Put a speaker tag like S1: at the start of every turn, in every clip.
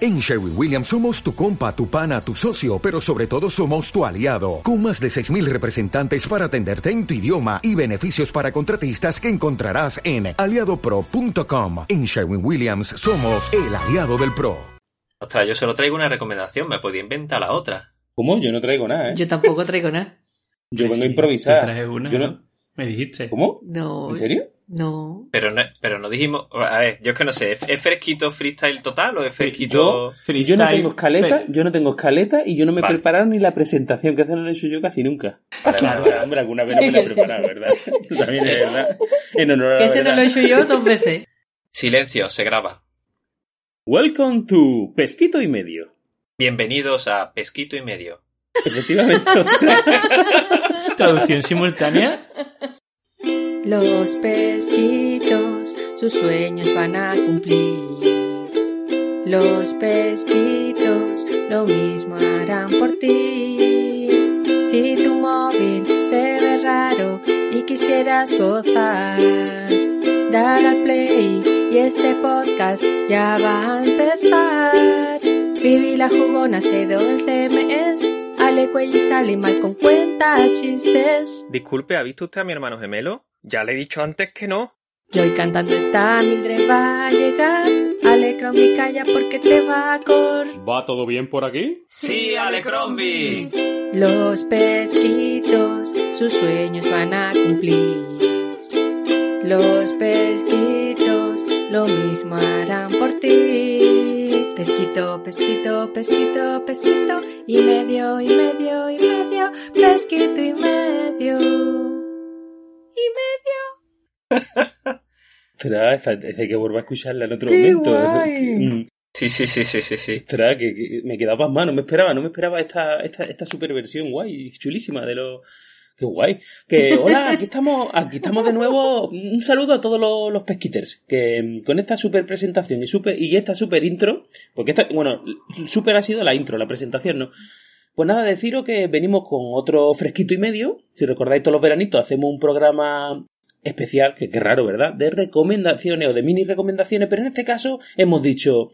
S1: En Sherwin Williams somos tu compa, tu pana, tu socio, pero sobre todo somos tu aliado, con más de 6.000 representantes para atenderte en tu idioma y beneficios para contratistas que encontrarás en aliadopro.com. En Sherwin Williams somos el aliado del PRO.
S2: Ostras, yo solo traigo una recomendación, me podía inventar la otra.
S3: ¿Cómo? Yo no traigo nada, ¿eh?
S4: Yo tampoco traigo nada.
S3: Yo vengo a improvisar.
S5: Te traje una,
S3: Yo no-
S5: ¿no? Me dijiste.
S3: ¿Cómo?
S4: No.
S3: ¿En serio?
S4: No.
S2: Pero no, pero no dijimos... A ver, yo es que no sé, ¿es- ¿es fresquito freestyle total o es fresquito...?
S3: Yo,
S5: Freestyle,
S3: yo no tengo escaleta,
S5: pero-
S3: yo no tengo escaleta y yo no me he
S2: Vale.
S3: preparado ni la presentación que hacen no he hecho yo casi nunca.
S2: Vale, vale,
S3: Hombre,
S2: vale.
S3: Hombre, alguna vez no me la he preparado, ¿verdad? También es verdad. En honor a la
S4: Que ese no
S3: verdad.
S4: lo he hecho yo dos veces.
S2: Silencio, se graba.
S3: Welcome to Pesquito y Medio.
S2: Bienvenidos a Pesquito y Medio.
S3: Efectivamente.
S5: Traducción simultánea.
S4: Los pesquitos sus sueños van a cumplir. Los pesquitos lo mismo harán por ti. Si tu móvil se ve raro y quisieras gozar, dar al play y este podcast ya va a empezar. Vivi la jugona C2MS, Ale Cuello y Sally mal con cuenta chistes.
S2: Disculpe, ¿ha visto usted a mi hermano gemelo? Ya le he dicho antes que no.
S4: Y hoy cantando está Mildred va a llegar. Alecro mi calla porque te va a cor.
S3: ¿Va todo bien por aquí?
S2: Sí, Alecrombi.
S4: Los pesquitos sus sueños van a cumplir. Los pesquitos lo mismo harán por ti. Pesquito, pesquito, pesquito, pesquito. Y medio, y medio, y medio. Pesquito y medio. Y medio.
S3: Ostras, esa, esa hay que volver a escucharla en otro
S4: Qué
S3: momento.
S4: guay.
S3: Mm,
S2: Sí, sí, sí, sí, sí, sí.
S3: Ostras, que, que me quedaba más no me esperaba, no me esperaba esta, esta, esta superversión guay, chulísima de los... Qué guay. Que hola, aquí estamos, aquí estamos de nuevo. Un saludo a todos los, los pesquiters. Que mm, con esta super presentación y super, y esta super intro, porque esta, bueno, super ha sido la intro, la presentación, ¿no? Pues nada, deciros que venimos con otro fresquito y medio. Si recordáis todos los veranitos, hacemos un programa especial, que qué raro, ¿verdad? De recomendaciones o de mini recomendaciones, pero en este caso hemos dicho,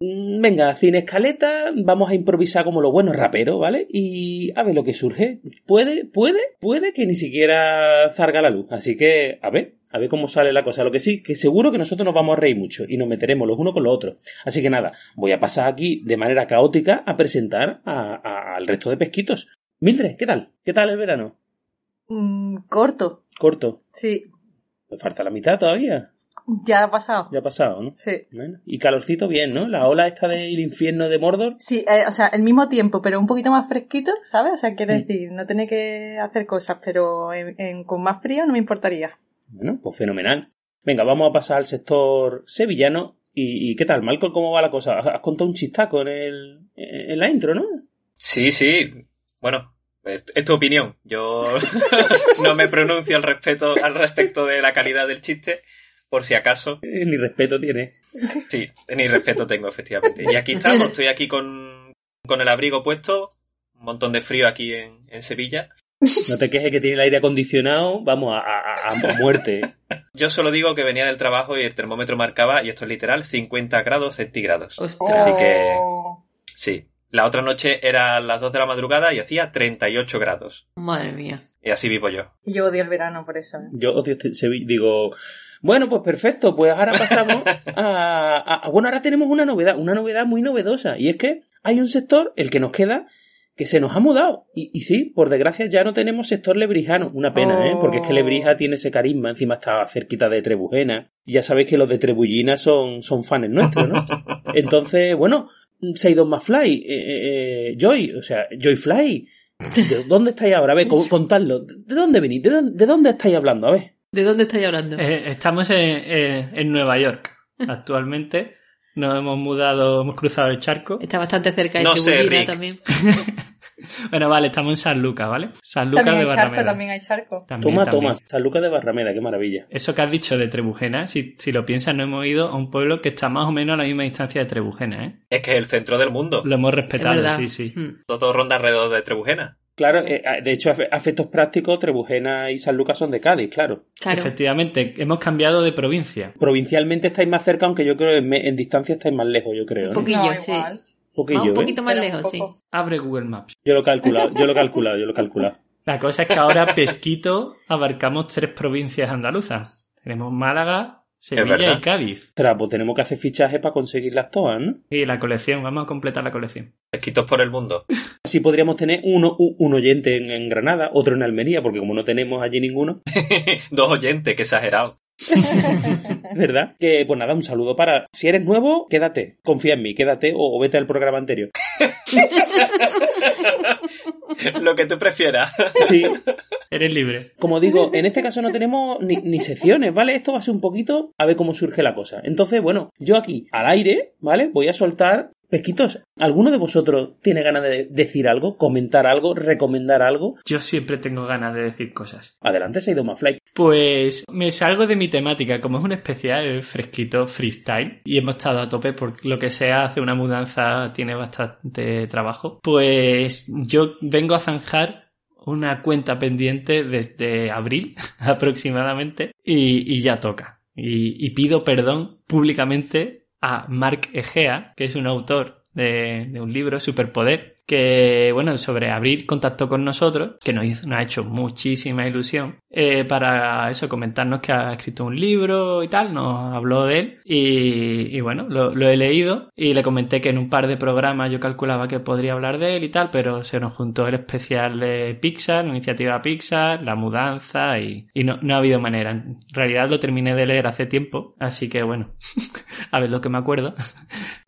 S3: mm, venga, cine escaleta, vamos a improvisar como los buenos raperos, ¿vale? Y a ver lo que surge. Puede, puede, puede que ni siquiera zarga la luz. Así que, a ver, a ver cómo sale la cosa. Lo que sí, que seguro que nosotros nos vamos a reír mucho y nos meteremos los unos con los otros. Así que nada, voy a pasar aquí de manera caótica a presentar a- a- al resto de pesquitos. Mildred, ¿qué tal? ¿Qué tal el verano?
S6: Mm, corto,
S3: Corto.
S6: sí.
S3: Me falta la mitad todavía.
S6: Ya ha pasado.
S3: Ya ha pasado, ¿no?
S6: Sí.
S3: Bueno, y calorcito bien, ¿no? La ola esta del infierno de Mordor.
S6: Sí, eh, o sea, el mismo tiempo, pero un poquito más fresquito, ¿sabes? O sea, quiere
S3: Mm.
S6: decir, no tiene que hacer cosas, pero en- en- con más frío no me importaría.
S3: Bueno, pues fenomenal. Venga, vamos a pasar al sector sevillano. ¿Y, y qué tal, Malcolm? ¿Cómo va la cosa? Has has contado un chistaco en, el, en la intro, ¿no?
S2: Sí, sí. Bueno, es, es tu opinión. Yo no me pronuncio al respecto, al respecto de la calidad del chiste, por si acaso.
S3: Eh, Ni respeto tiene.
S2: Sí, ni respeto tengo, efectivamente. Y aquí estamos, estoy aquí con, con el abrigo puesto, un montón de frío aquí en, en Sevilla.
S3: No te quejes que tiene el aire acondicionado, vamos, a, a- a- a muerte.
S2: Yo solo digo que venía del trabajo y el termómetro marcaba, y esto es literal, 50 grados centígrados.
S4: Ostras.
S2: Así que-
S6: Oh.
S2: Sí. La otra noche era a las 2 de la madrugada y hacía 38 grados.
S4: Madre mía.
S2: Y así vivo yo.
S6: Y Yo odio el verano por eso. ¿eh?
S3: Yo odio este Sevilla. Digo, bueno, pues perfecto, pues ahora pasamos a, a- a- Bueno, ahora tenemos una novedad, una novedad muy novedosa, y es que hay un sector, el que nos queda, que se nos ha mudado. Y, y sí, por desgracia ya no tenemos sector lebrijano. Una pena, ¿eh? Porque es que Lebrija tiene ese carisma, encima está cerquita de Trebujena. Y ya sabéis que los de Trebullina son, son fans nuestros, ¿no? Entonces, bueno, Seidon más Fly, eh, eh, eh, Joy, o sea, Joy Fly. ¿De dónde estáis ahora? A ver, co- contadlo. ¿De dónde venís? ¿De dónde, de dónde estáis hablando? A ver.
S4: ¿De dónde estáis hablando?
S5: Eh, estamos en, en- en Nueva York actualmente. Nos hemos mudado, hemos cruzado el charco.
S4: Está bastante cerca de
S2: No sé,
S4: Chibullina
S2: Rick.
S4: también.
S5: Bueno, vale, estamos en San Lucas, ¿vale? San Lucas
S6: También
S5: de
S6: hay charco,
S5: Barrameda.
S6: también hay charco.
S5: También,
S3: Toma,
S5: también.
S3: toma. San Lucas de Barrameda, qué maravilla.
S5: Eso que has dicho de Trebujena, si, si lo piensas, no hemos ido a un pueblo que está más o menos a la misma distancia de Trebujena, ¿eh?
S2: Es que es el centro del mundo.
S5: Lo hemos
S4: Es
S5: respetado,
S4: verdad.
S5: sí, sí.
S4: Mm.
S2: Todo ronda alrededor de Trebujena.
S3: Claro, eh, de hecho, a efectos prácticos, Trebujena y San Lucas son de Cádiz, claro.
S7: Claro.
S5: Efectivamente, hemos cambiado de provincia.
S3: Provincialmente estáis más cerca, aunque yo creo que en, me- en distancia estáis más lejos, yo creo.
S7: Un
S3: ¿no?
S7: poquillo,
S6: No,
S7: sí.
S6: igual.
S3: Poquillo,
S7: Vamos un
S3: ¿eh?
S7: poquito más
S6: Pero
S7: lejos,
S6: un
S7: sí.
S6: poco.
S5: Abre Google Maps.
S3: Yo lo he calculado, yo lo he calculado, yo lo he calculado.
S5: La cosa es que ahora pesquito abarcamos tres provincias andaluzas. Tenemos Málaga, Sevilla
S2: verdad.
S5: y Cádiz.
S3: Ostras, pues tenemos que hacer fichaje para conseguir las todas, ¿no?
S5: Y la colección, vamos a completar la colección.
S2: Pesquitos por el mundo.
S3: Así podríamos tener uno, u- un oyente en, en Granada, otro en Almería, porque como no tenemos allí ninguno,
S2: Dos oyentes, que exagerado.
S3: ¿verdad? Que pues nada, un saludo para. Si eres nuevo, quédate, confía en mí, quédate o, o vete al programa anterior.
S2: Lo que tú prefieras.
S3: Sí,
S5: Eres libre.
S3: como digo, en este caso no tenemos ni, ni secciones, ¿vale? Esto va a ser un poquito a ver cómo surge la cosa. Entonces, bueno, yo aquí, al aire, ¿vale? Voy a soltar. Pesquitos, ¿alguno de vosotros tiene ganas de decir algo, comentar algo, recomendar algo?
S5: Yo siempre tengo ganas de decir cosas.
S3: Adelante, Seido Mafly.
S5: Pues me salgo de mi temática, como es un especial eh, fresquito freestyle y hemos estado a tope por lo que sea, hace una mudanza tiene bastante trabajo. Pues yo vengo a zanjar una cuenta pendiente desde abril aproximadamente y, y ya toca. Y, y pido perdón públicamente a Mark Egea, que es un autor de, de un libro, Superpoder, que, bueno, sobre abril contactó con nosotros, que nos, hizo- nos ha hecho muchísima ilusión, eh, para eso, comentarnos que ha escrito un libro y tal, nos habló de él, y, y bueno, lo, lo he leído, y le comenté que en un par de programas yo calculaba que podría hablar de él y tal, pero se nos juntó el especial de Pixar, la iniciativa Pixar, la mudanza, y, y no, no ha habido manera. En realidad lo terminé de leer hace tiempo, así que bueno, a ver lo que me acuerdo.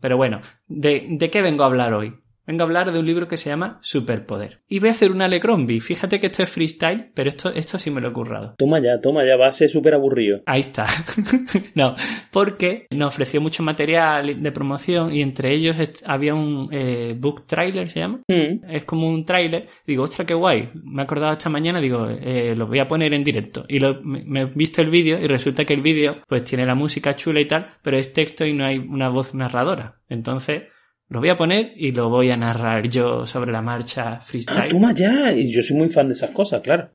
S5: Pero bueno, ¿de, de qué vengo a hablar hoy? Vengo a hablar de un libro que se llama Superpoder. Y voy a hacer una Alecrombie. Fíjate que esto es freestyle, pero esto, esto sí me lo he currado.
S3: Toma ya, toma ya, va a ser súper aburrido.
S5: Ahí está. no, porque nos ofreció mucho material de promoción y entre ellos est- había un eh, book trailer, se llama.
S3: Mm.
S5: Es como un tráiler. Digo, ostras, qué guay. Me he acordado esta mañana, digo, eh, lo voy a poner en directo. Y lo- me me he visto el vídeo y resulta que el vídeo pues tiene la música chula y tal, pero es texto y no hay una voz narradora. Entonces, lo voy a poner y lo voy a narrar yo sobre la marcha
S3: Ah,
S5: freestyle.
S3: toma ya. Y Yo soy muy fan de esas cosas, claro.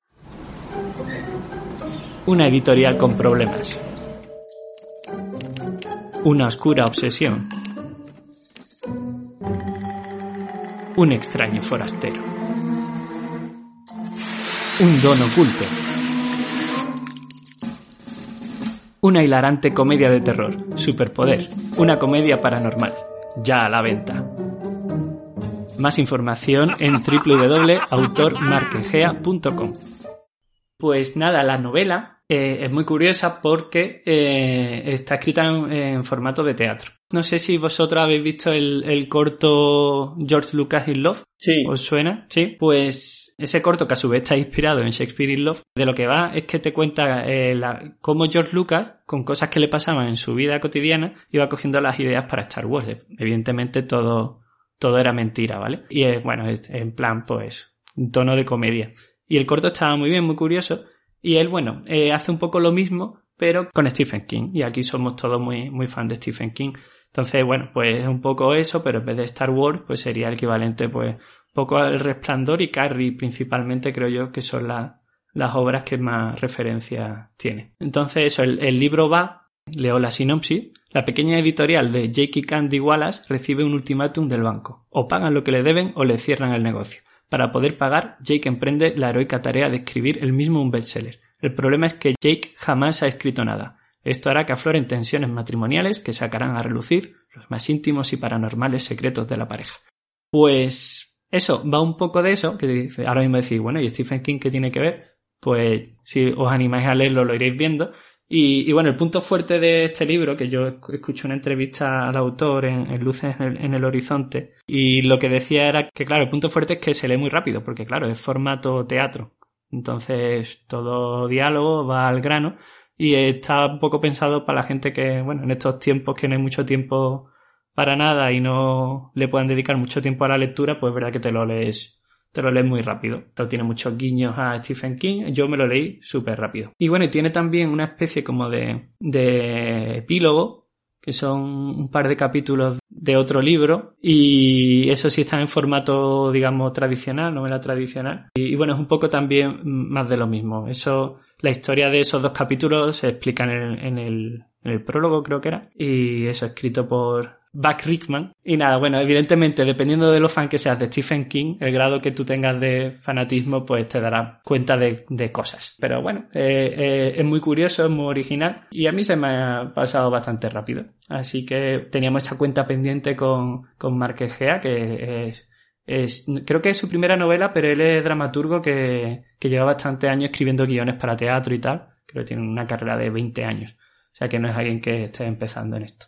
S5: Una editorial con problemas. Una oscura obsesión. Un extraño forastero. Un don oculto. Una hilarante comedia de terror, Superpoder, una comedia paranormal, ya a la venta. Más información en www.autormarquegea.com. Pues nada, la novela eh, es muy curiosa porque eh, está escrita en, en formato de teatro. No sé si vosotros habéis visto el, el corto George Lucas in Love.
S3: Sí.
S5: ¿Os suena? Sí. Pues ese corto, que a su vez está inspirado en Shakespeare in Love, de lo que va es que te cuenta eh, la- cómo George Lucas, con cosas que le pasaban en su vida cotidiana, iba cogiendo las ideas para Star Wars. Evidentemente todo, todo era mentira, ¿vale? Y es, bueno, es- en plan, pues, un tono de comedia. Y el corto estaba muy bien, muy curioso. Y él, bueno, eh, hace un poco lo mismo, pero con Stephen King. Y aquí somos todos muy, muy fan de Stephen King. Entonces, bueno, pues es un poco eso, pero en vez de Star Wars, pues sería el equivalente, pues, un poco al Resplandor y Carrie, principalmente, creo yo, que son la- las obras que más referencia tiene. Entonces, eso, el, el libro va, leo la sinopsis, la pequeña editorial de Jake y Candy Wallace recibe un ultimátum del banco. O pagan lo que le deben o le cierran el negocio. Para poder pagar, Jake emprende la heroica tarea de escribir el mismo un bestseller. El problema es que Jake jamás ha escrito nada. Esto hará que afloren tensiones matrimoniales que sacarán a relucir los más íntimos y paranormales secretos de la pareja. Pues eso, va un poco de eso, que dice, ahora mismo decís, bueno, ¿y Stephen King qué tiene que ver? Pues si os animáis a leerlo lo iréis viendo. Y, y bueno, el punto fuerte de este libro, que yo esc- escuché una entrevista al autor en, en Luces en el, en el Horizonte, y lo que decía era que, claro, el punto fuerte es que se lee muy rápido, porque claro, es formato teatro. Entonces, todo diálogo va al grano y está un poco pensado para la gente que, bueno, en estos tiempos que no hay mucho tiempo para nada y no le puedan dedicar mucho tiempo a la lectura, pues es verdad que te lo lees, te lo lees muy rápido. Esto tiene muchos guiños a Stephen King, yo me lo leí súper rápido. Y bueno, y tiene también una especie como de, de epílogo que son un par de capítulos de otro libro y eso sí está en formato, digamos, tradicional, novela tradicional. Y, y bueno, es un poco también más de lo mismo. Eso, la historia de esos dos capítulos se explica en el, en el, en el prólogo, creo que era, y eso escrito por Buck Rickman. Y nada, bueno, evidentemente, dependiendo de lo fan que seas de Stephen King, el grado que tú tengas de fanatismo, pues te dará cuenta de, de cosas. Pero bueno, eh, eh, es muy curioso, es muy original y a mí se me ha pasado bastante rápido. Así que teníamos esta cuenta pendiente con, con Marquegea, que es, es, creo que es su primera novela, pero él es dramaturgo que, que lleva bastante años escribiendo guiones para teatro y tal. Creo que tiene una carrera de 20 años. O sea que no es alguien que esté empezando en esto.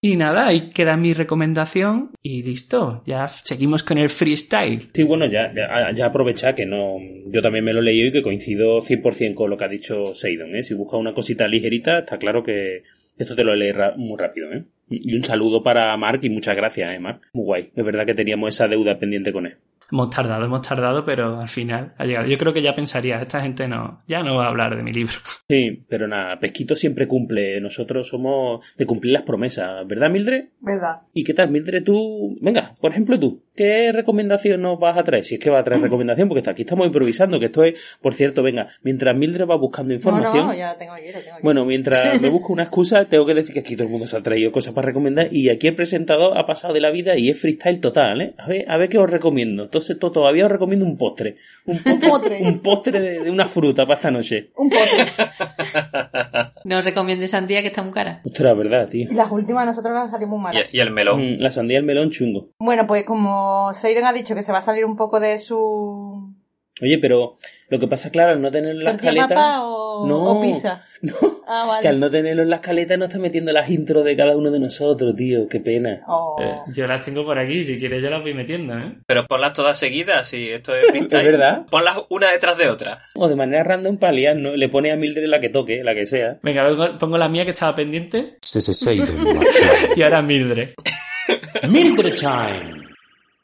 S5: Y nada, ahí queda mi recomendación y listo, ya seguimos con el freestyle.
S3: Sí, bueno, ya, ya, ya aprovechar que no yo también me lo he leído y que coincido 100% con lo que ha dicho Seidon. ¿eh? Si buscas una cosita ligerita, está claro que esto te lo lees muy rápido. ¿eh? Y un saludo para Mark y muchas gracias, ¿eh, Mark. Muy guay, es verdad que teníamos esa deuda pendiente con él.
S5: Hemos tardado, hemos tardado, pero al final ha llegado. Yo creo que ya pensaría, esta gente no, ya no va a hablar de mi libro.
S3: Sí, pero nada, Pesquito siempre cumple. Nosotros somos de cumplir las promesas, ¿verdad, Mildred?
S6: ¿Verdad?
S3: ¿Y qué tal, Mildred? Tú, venga, por ejemplo tú, ¿qué recomendación nos vas a traer? Si es que va a traer recomendación, porque aquí estamos improvisando, que esto es, por cierto, venga, mientras Mildred va buscando información.
S6: No, no, ya la tengo aquí, la tengo aquí.
S3: Bueno, mientras me busco una excusa, tengo que decir que aquí todo el mundo se ha traído cosas para recomendar y aquí el presentador ha pasado de la vida y es freestyle total, ¿eh? A ver, a ver qué os recomiendo. Entonces, to- todavía os recomiendo un postre. Un postre,
S6: Potre.
S3: un postre de, de una fruta para esta noche.
S6: Un potre.
S7: No os recomiende sandía que está muy cara.
S3: Ostras, ¿verdad, tío?
S6: Las últimas nosotros las salimos malas.
S2: Y, y el melón.
S3: Mm, La sandía, el melón, chungo.
S6: Bueno, pues como Seiden ha dicho que se va a salir un poco de su...
S3: Oye, pero lo que pasa, claro, al no tenerlo en la
S6: ¿Tortilla
S3: escaleta...
S6: papa o,
S3: No.
S6: o pizza?
S3: No,
S6: Ah,
S3: que al
S6: vale.
S3: no tenerlo en la escaleta no está metiendo las intros de cada uno de nosotros, tío. Qué pena.
S6: Oh.
S5: Eh, yo las tengo por aquí, si quieres yo las voy metiendo, ¿eh?
S2: Pero ponlas todas seguidas, y esto es freestyle.
S3: ¿Es verdad?
S2: Ponlas una detrás de otra.
S3: O de manera random para liar, ¿no? Le pone a Mildred la que toque, la que sea.
S5: Venga, vengo- pongo la mía que estaba pendiente y ahora Mildred.
S3: Mildred Time.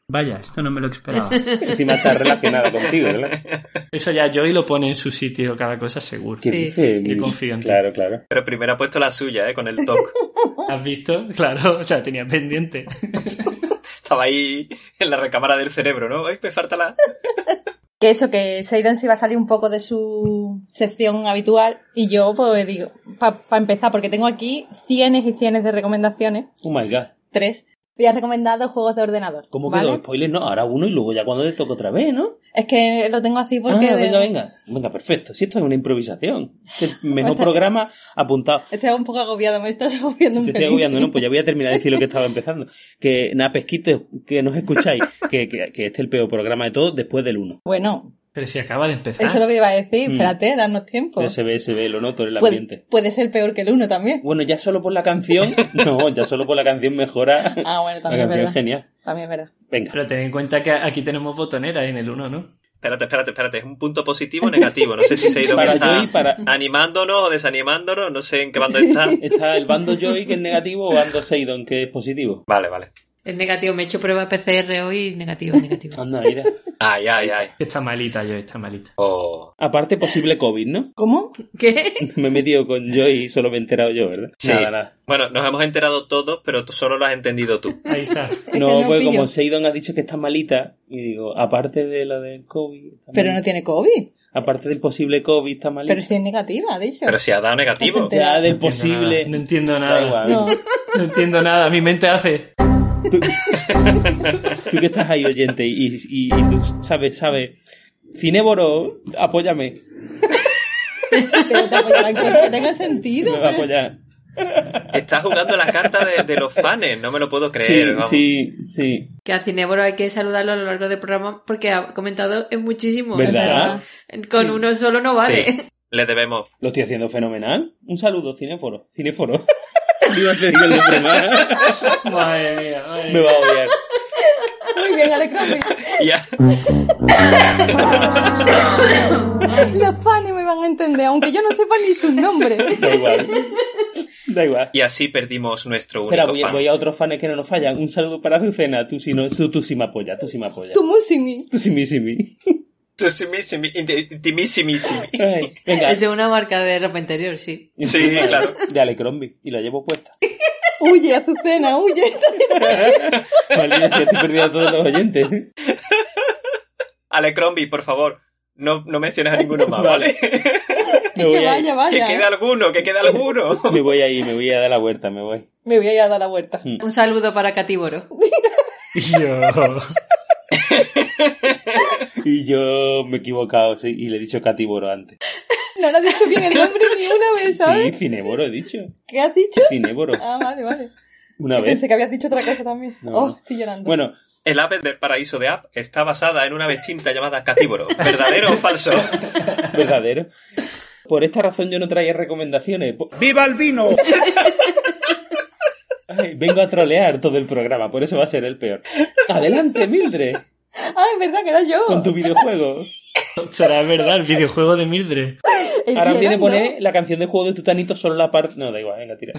S5: Vaya, esto no me lo esperaba.
S3: Encima está relacionada contigo, ¿verdad?
S5: Eso ya Joey lo pone en su sitio, cada cosa seguro.
S3: ¿Qué
S7: Sí,
S3: dice,
S7: sí, sí.
S3: Mildred?
S5: Yo confío en ti.
S3: Claro, claro.
S2: Pero primero ha puesto la suya, ¿eh? Con el toc.
S5: ¿Has visto? Claro, o sea, tenía pendiente.
S2: Estaba ahí en la recámara del cerebro, ¿no? Ay, me falta la...
S6: Que eso, que Seiden se iba a salir un poco de su sección habitual y yo, pues digo, para empezar, porque tengo aquí cienes y cienes de recomendaciones,
S3: Oh my god.
S6: tres, y has recomendado juegos de ordenador.
S3: ¿Cómo que Pues-
S6: ¿vale?
S3: los spoilers? No, ahora uno y luego ya cuando le toque otra vez, ¿no?
S6: Es que lo tengo así porque...
S3: Ah,
S6: de-
S3: venga, venga. Venga, perfecto. Si esto es una improvisación. Este mejor
S6: Basta.
S3: programa apuntado.
S6: Estoy un poco agobiado, me estás agobiando un
S3: Te estoy
S6: pelín.
S3: agobiando, ¿no? Pues ya voy a terminar de decir lo que estaba empezando. Que nada, pesquito, que nos escucháis. Que, que, que este es el peor programa de todos después del 1.
S6: Bueno,
S5: Pero si acaba de empezar.
S6: eso es lo que iba a decir,
S3: Mm.
S6: espérate, darnos tiempo.
S3: Se ve, se ve, lo noto en el
S6: Puede-
S3: ambiente.
S6: puede ser peor que el uno también.
S3: Bueno, ya solo por la canción. No, ya solo por la canción mejora.
S6: Ah, bueno,
S3: la
S6: también es
S3: canción es
S6: verdad.
S3: genial.
S6: También es verdad.
S3: Venga.
S5: Pero ten en cuenta que aquí tenemos botonera en el 1, ¿no?
S2: Espérate, espérate, espérate. ¿Es un punto positivo o negativo? No sé si se ha ido
S3: Para
S2: está
S3: Joy, para.
S2: animándonos o desanimándonos. No sé en qué bando está.
S3: Está el bando Joy que es negativo o bando Seidon que es positivo.
S2: Vale, vale.
S7: Es negativo, me he hecho prueba PCR hoy y negativo, negativo.
S3: Anda, mira.
S2: Ay, ay, ay.
S5: Está malita, Joey, está malita.
S2: Oh.
S3: Aparte, posible COVID, ¿no?
S6: ¿Cómo?
S7: ¿Qué?
S3: Me he metido con Joy y solo me he enterado yo, ¿verdad?
S2: Sí.
S3: Nada, nada.
S2: Bueno, nos hemos enterado todos, pero tú solo lo has entendido tú.
S5: Ahí está.
S6: que
S3: No,
S6: no
S3: pues
S6: pillo.
S3: como Seidon ha dicho que está malita, y digo, aparte de lo del COVID, está
S6: Pero no
S3: malita.
S6: tiene COVID.
S3: aparte del posible COVID, está malita.
S6: Pero si es negativa, ha dicho.
S2: Pero si ha dado negativo.
S6: No se
S3: ya, del
S5: No entiendo
S3: posible.
S5: nada, No entiendo
S3: Da
S5: nada.
S3: igual.
S6: No,
S5: No entiendo nada. Mi mente hace.
S3: Tú, tú que estás ahí oyente y, y- y tú sabes, sabes. Cinéboro, apóyame.
S6: pero te apoyarán cosas que tenga sentido.
S3: Me va a
S6: pero-
S3: apoyar.
S2: Está jugando la carta de, de los fans. No me lo puedo creer.
S3: Sí,
S2: vamos.
S3: sí, sí.
S7: Que a Cineboro hay que saludarlo a lo largo del programa porque ha comentado en muchísimo.
S4: ¿eh?
S3: ¿Verdad?
S7: Con uno solo no vale.
S2: Sí. Le debemos.
S3: Lo estoy haciendo fenomenal. Un saludo, Cinéforo. Cinéforo. Iba a decir el nombre más.
S5: Madre mía, madre
S3: Me va
S5: mía.
S3: a odiar.
S6: Muy bien, Alex Crowley.
S2: Y ya.
S6: Los fans me van a entender, aunque yo no sepa ni sus nombres.
S3: Da igual. Da igual.
S2: Y así perdimos nuestro único
S3: Espera, voy, a-
S2: fan.
S3: voy a otros fans que no nos fallan. Un saludo para Azucena. Tú sí, no, tú, tú sí me apoyas, tú sí me apoyas.
S6: Tu musimi.
S3: Tú sí, mi, sí, mi.
S2: Tusimísimi, intimísimísimi.
S3: Ay, venga.
S4: Es de una marca de ropa interior, sí.
S2: Sí, claro.
S3: De Alecrombie. Y la llevo puesta.
S6: Huye, Azucena, huye.
S3: Maldita, sea, estoy perdiendo a todos los oyentes.
S2: Alecrombie, por favor, no, no menciones a ninguno más, ¿vale?
S3: Me voy,
S6: que
S3: a ir,
S6: vaya,
S2: que
S6: vaya.
S2: quede alguno, que quede alguno.
S3: me voy a ir, me voy a dar la vuelta, me voy.
S6: Me voy a ir a dar la vuelta.
S3: Mm.
S4: Un saludo para Catívoro.
S5: Yo.
S3: Y yo me he equivocado, sí, y le he dicho Catiboro antes.
S6: No lo has dicho bien el nombre ni una vez,
S3: Sí,
S6: ¿sabes?
S3: Fineboro he dicho.
S6: ¿Qué has dicho?
S3: Fineboro.
S6: Ah, vale, vale.
S3: Una
S6: Yo
S3: vez.
S6: Pensé que habías dicho otra cosa también.
S3: No,
S6: oh,
S3: no.
S6: estoy llorando.
S3: Bueno,
S2: El ave del paraíso de App está basada en una ave extinta llamada Catívoro. ¿Verdadero o falso?
S3: verdadero. Por esta razón yo no traía recomendaciones. Po-
S8: ¡Viva el vino!
S3: Ay, vengo a trolear todo el programa, por eso va a ser el peor. Adelante, Mildred,
S6: Ah, es verdad que era yo.
S3: con tu videojuego.
S5: Será verdad, el videojuego de Mildred.
S6: El
S3: Ahora
S6: Gerard,
S3: viene a
S6: ¿no?
S3: poner la canción de juego de Tutanito solo la parte... No, da igual, venga, tira.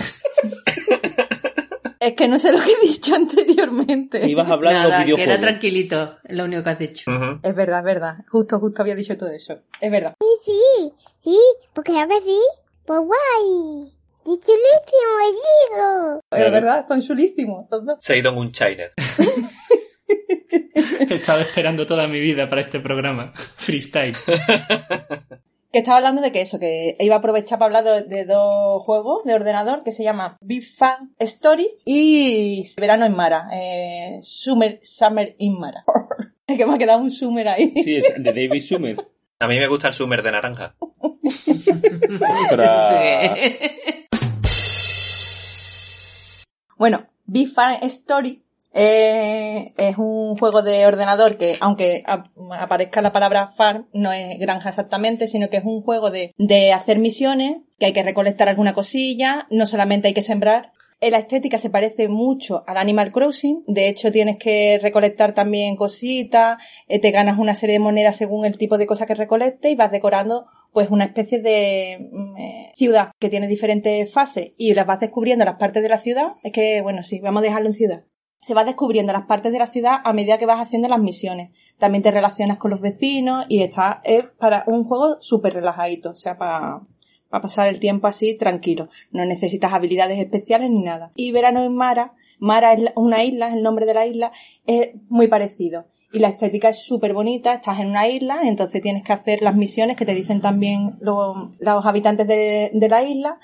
S6: Es que no sé lo que he dicho anteriormente.
S3: Que ibas a hablar de los
S4: Nada, que era
S3: videojuegos.
S4: tranquilito, es lo único que has dicho.
S2: Ujú.
S6: Es verdad, es verdad. Justo, justo había dicho todo eso. Es verdad.
S9: Sí, sí, porque ahora sí, pues guay. Y chulísimo, digo.
S3: Claro.
S6: Es verdad, son chulísimos. los dos.
S2: Seidon Unchained.
S5: He estado esperando toda mi vida para este programa. Freestyle.
S6: Que estaba hablando de que eso, que iba a aprovechar para hablar de, de dos juegos de ordenador que se llama Big Fan Story y Verano en Mara. Eh, Summer, Summer in Mara. es que me ha quedado un Summer ahí.
S3: Sí, es de David Summer.
S2: A mí me gusta el Summer de naranja.
S3: Otra.
S4: Sí.
S6: Bueno, Big Fan Story eh, es un juego de ordenador que, aunque ap- aparezca la palabra farm, no es granja exactamente, sino que es un juego de, de hacer misiones, que hay que recolectar alguna cosilla, no solamente hay que sembrar. Eh, La estética se parece mucho al Animal Crossing, de hecho tienes que recolectar también cositas, eh, te ganas una serie de monedas según el tipo de cosa que recolectes y vas decorando pues una especie de mm, eh, ciudad que tiene diferentes fases y las vas descubriendo las partes de la ciudad. Es que, bueno, sí, vamos a dejarlo en ciudad. Se va descubriendo las partes de la ciudad a medida que vas haciendo las misiones. También te relacionas con los vecinos y está es para un juego súper relajadito, o sea, para para pasar el tiempo así tranquilo. No necesitas habilidades especiales ni nada. Y verano en Mara, Mara es la- una isla, es el nombre de la isla, es muy parecido. Y la estética es súper bonita, estás en una isla, entonces tienes que hacer las misiones que te dicen también lo- los habitantes de, de la isla.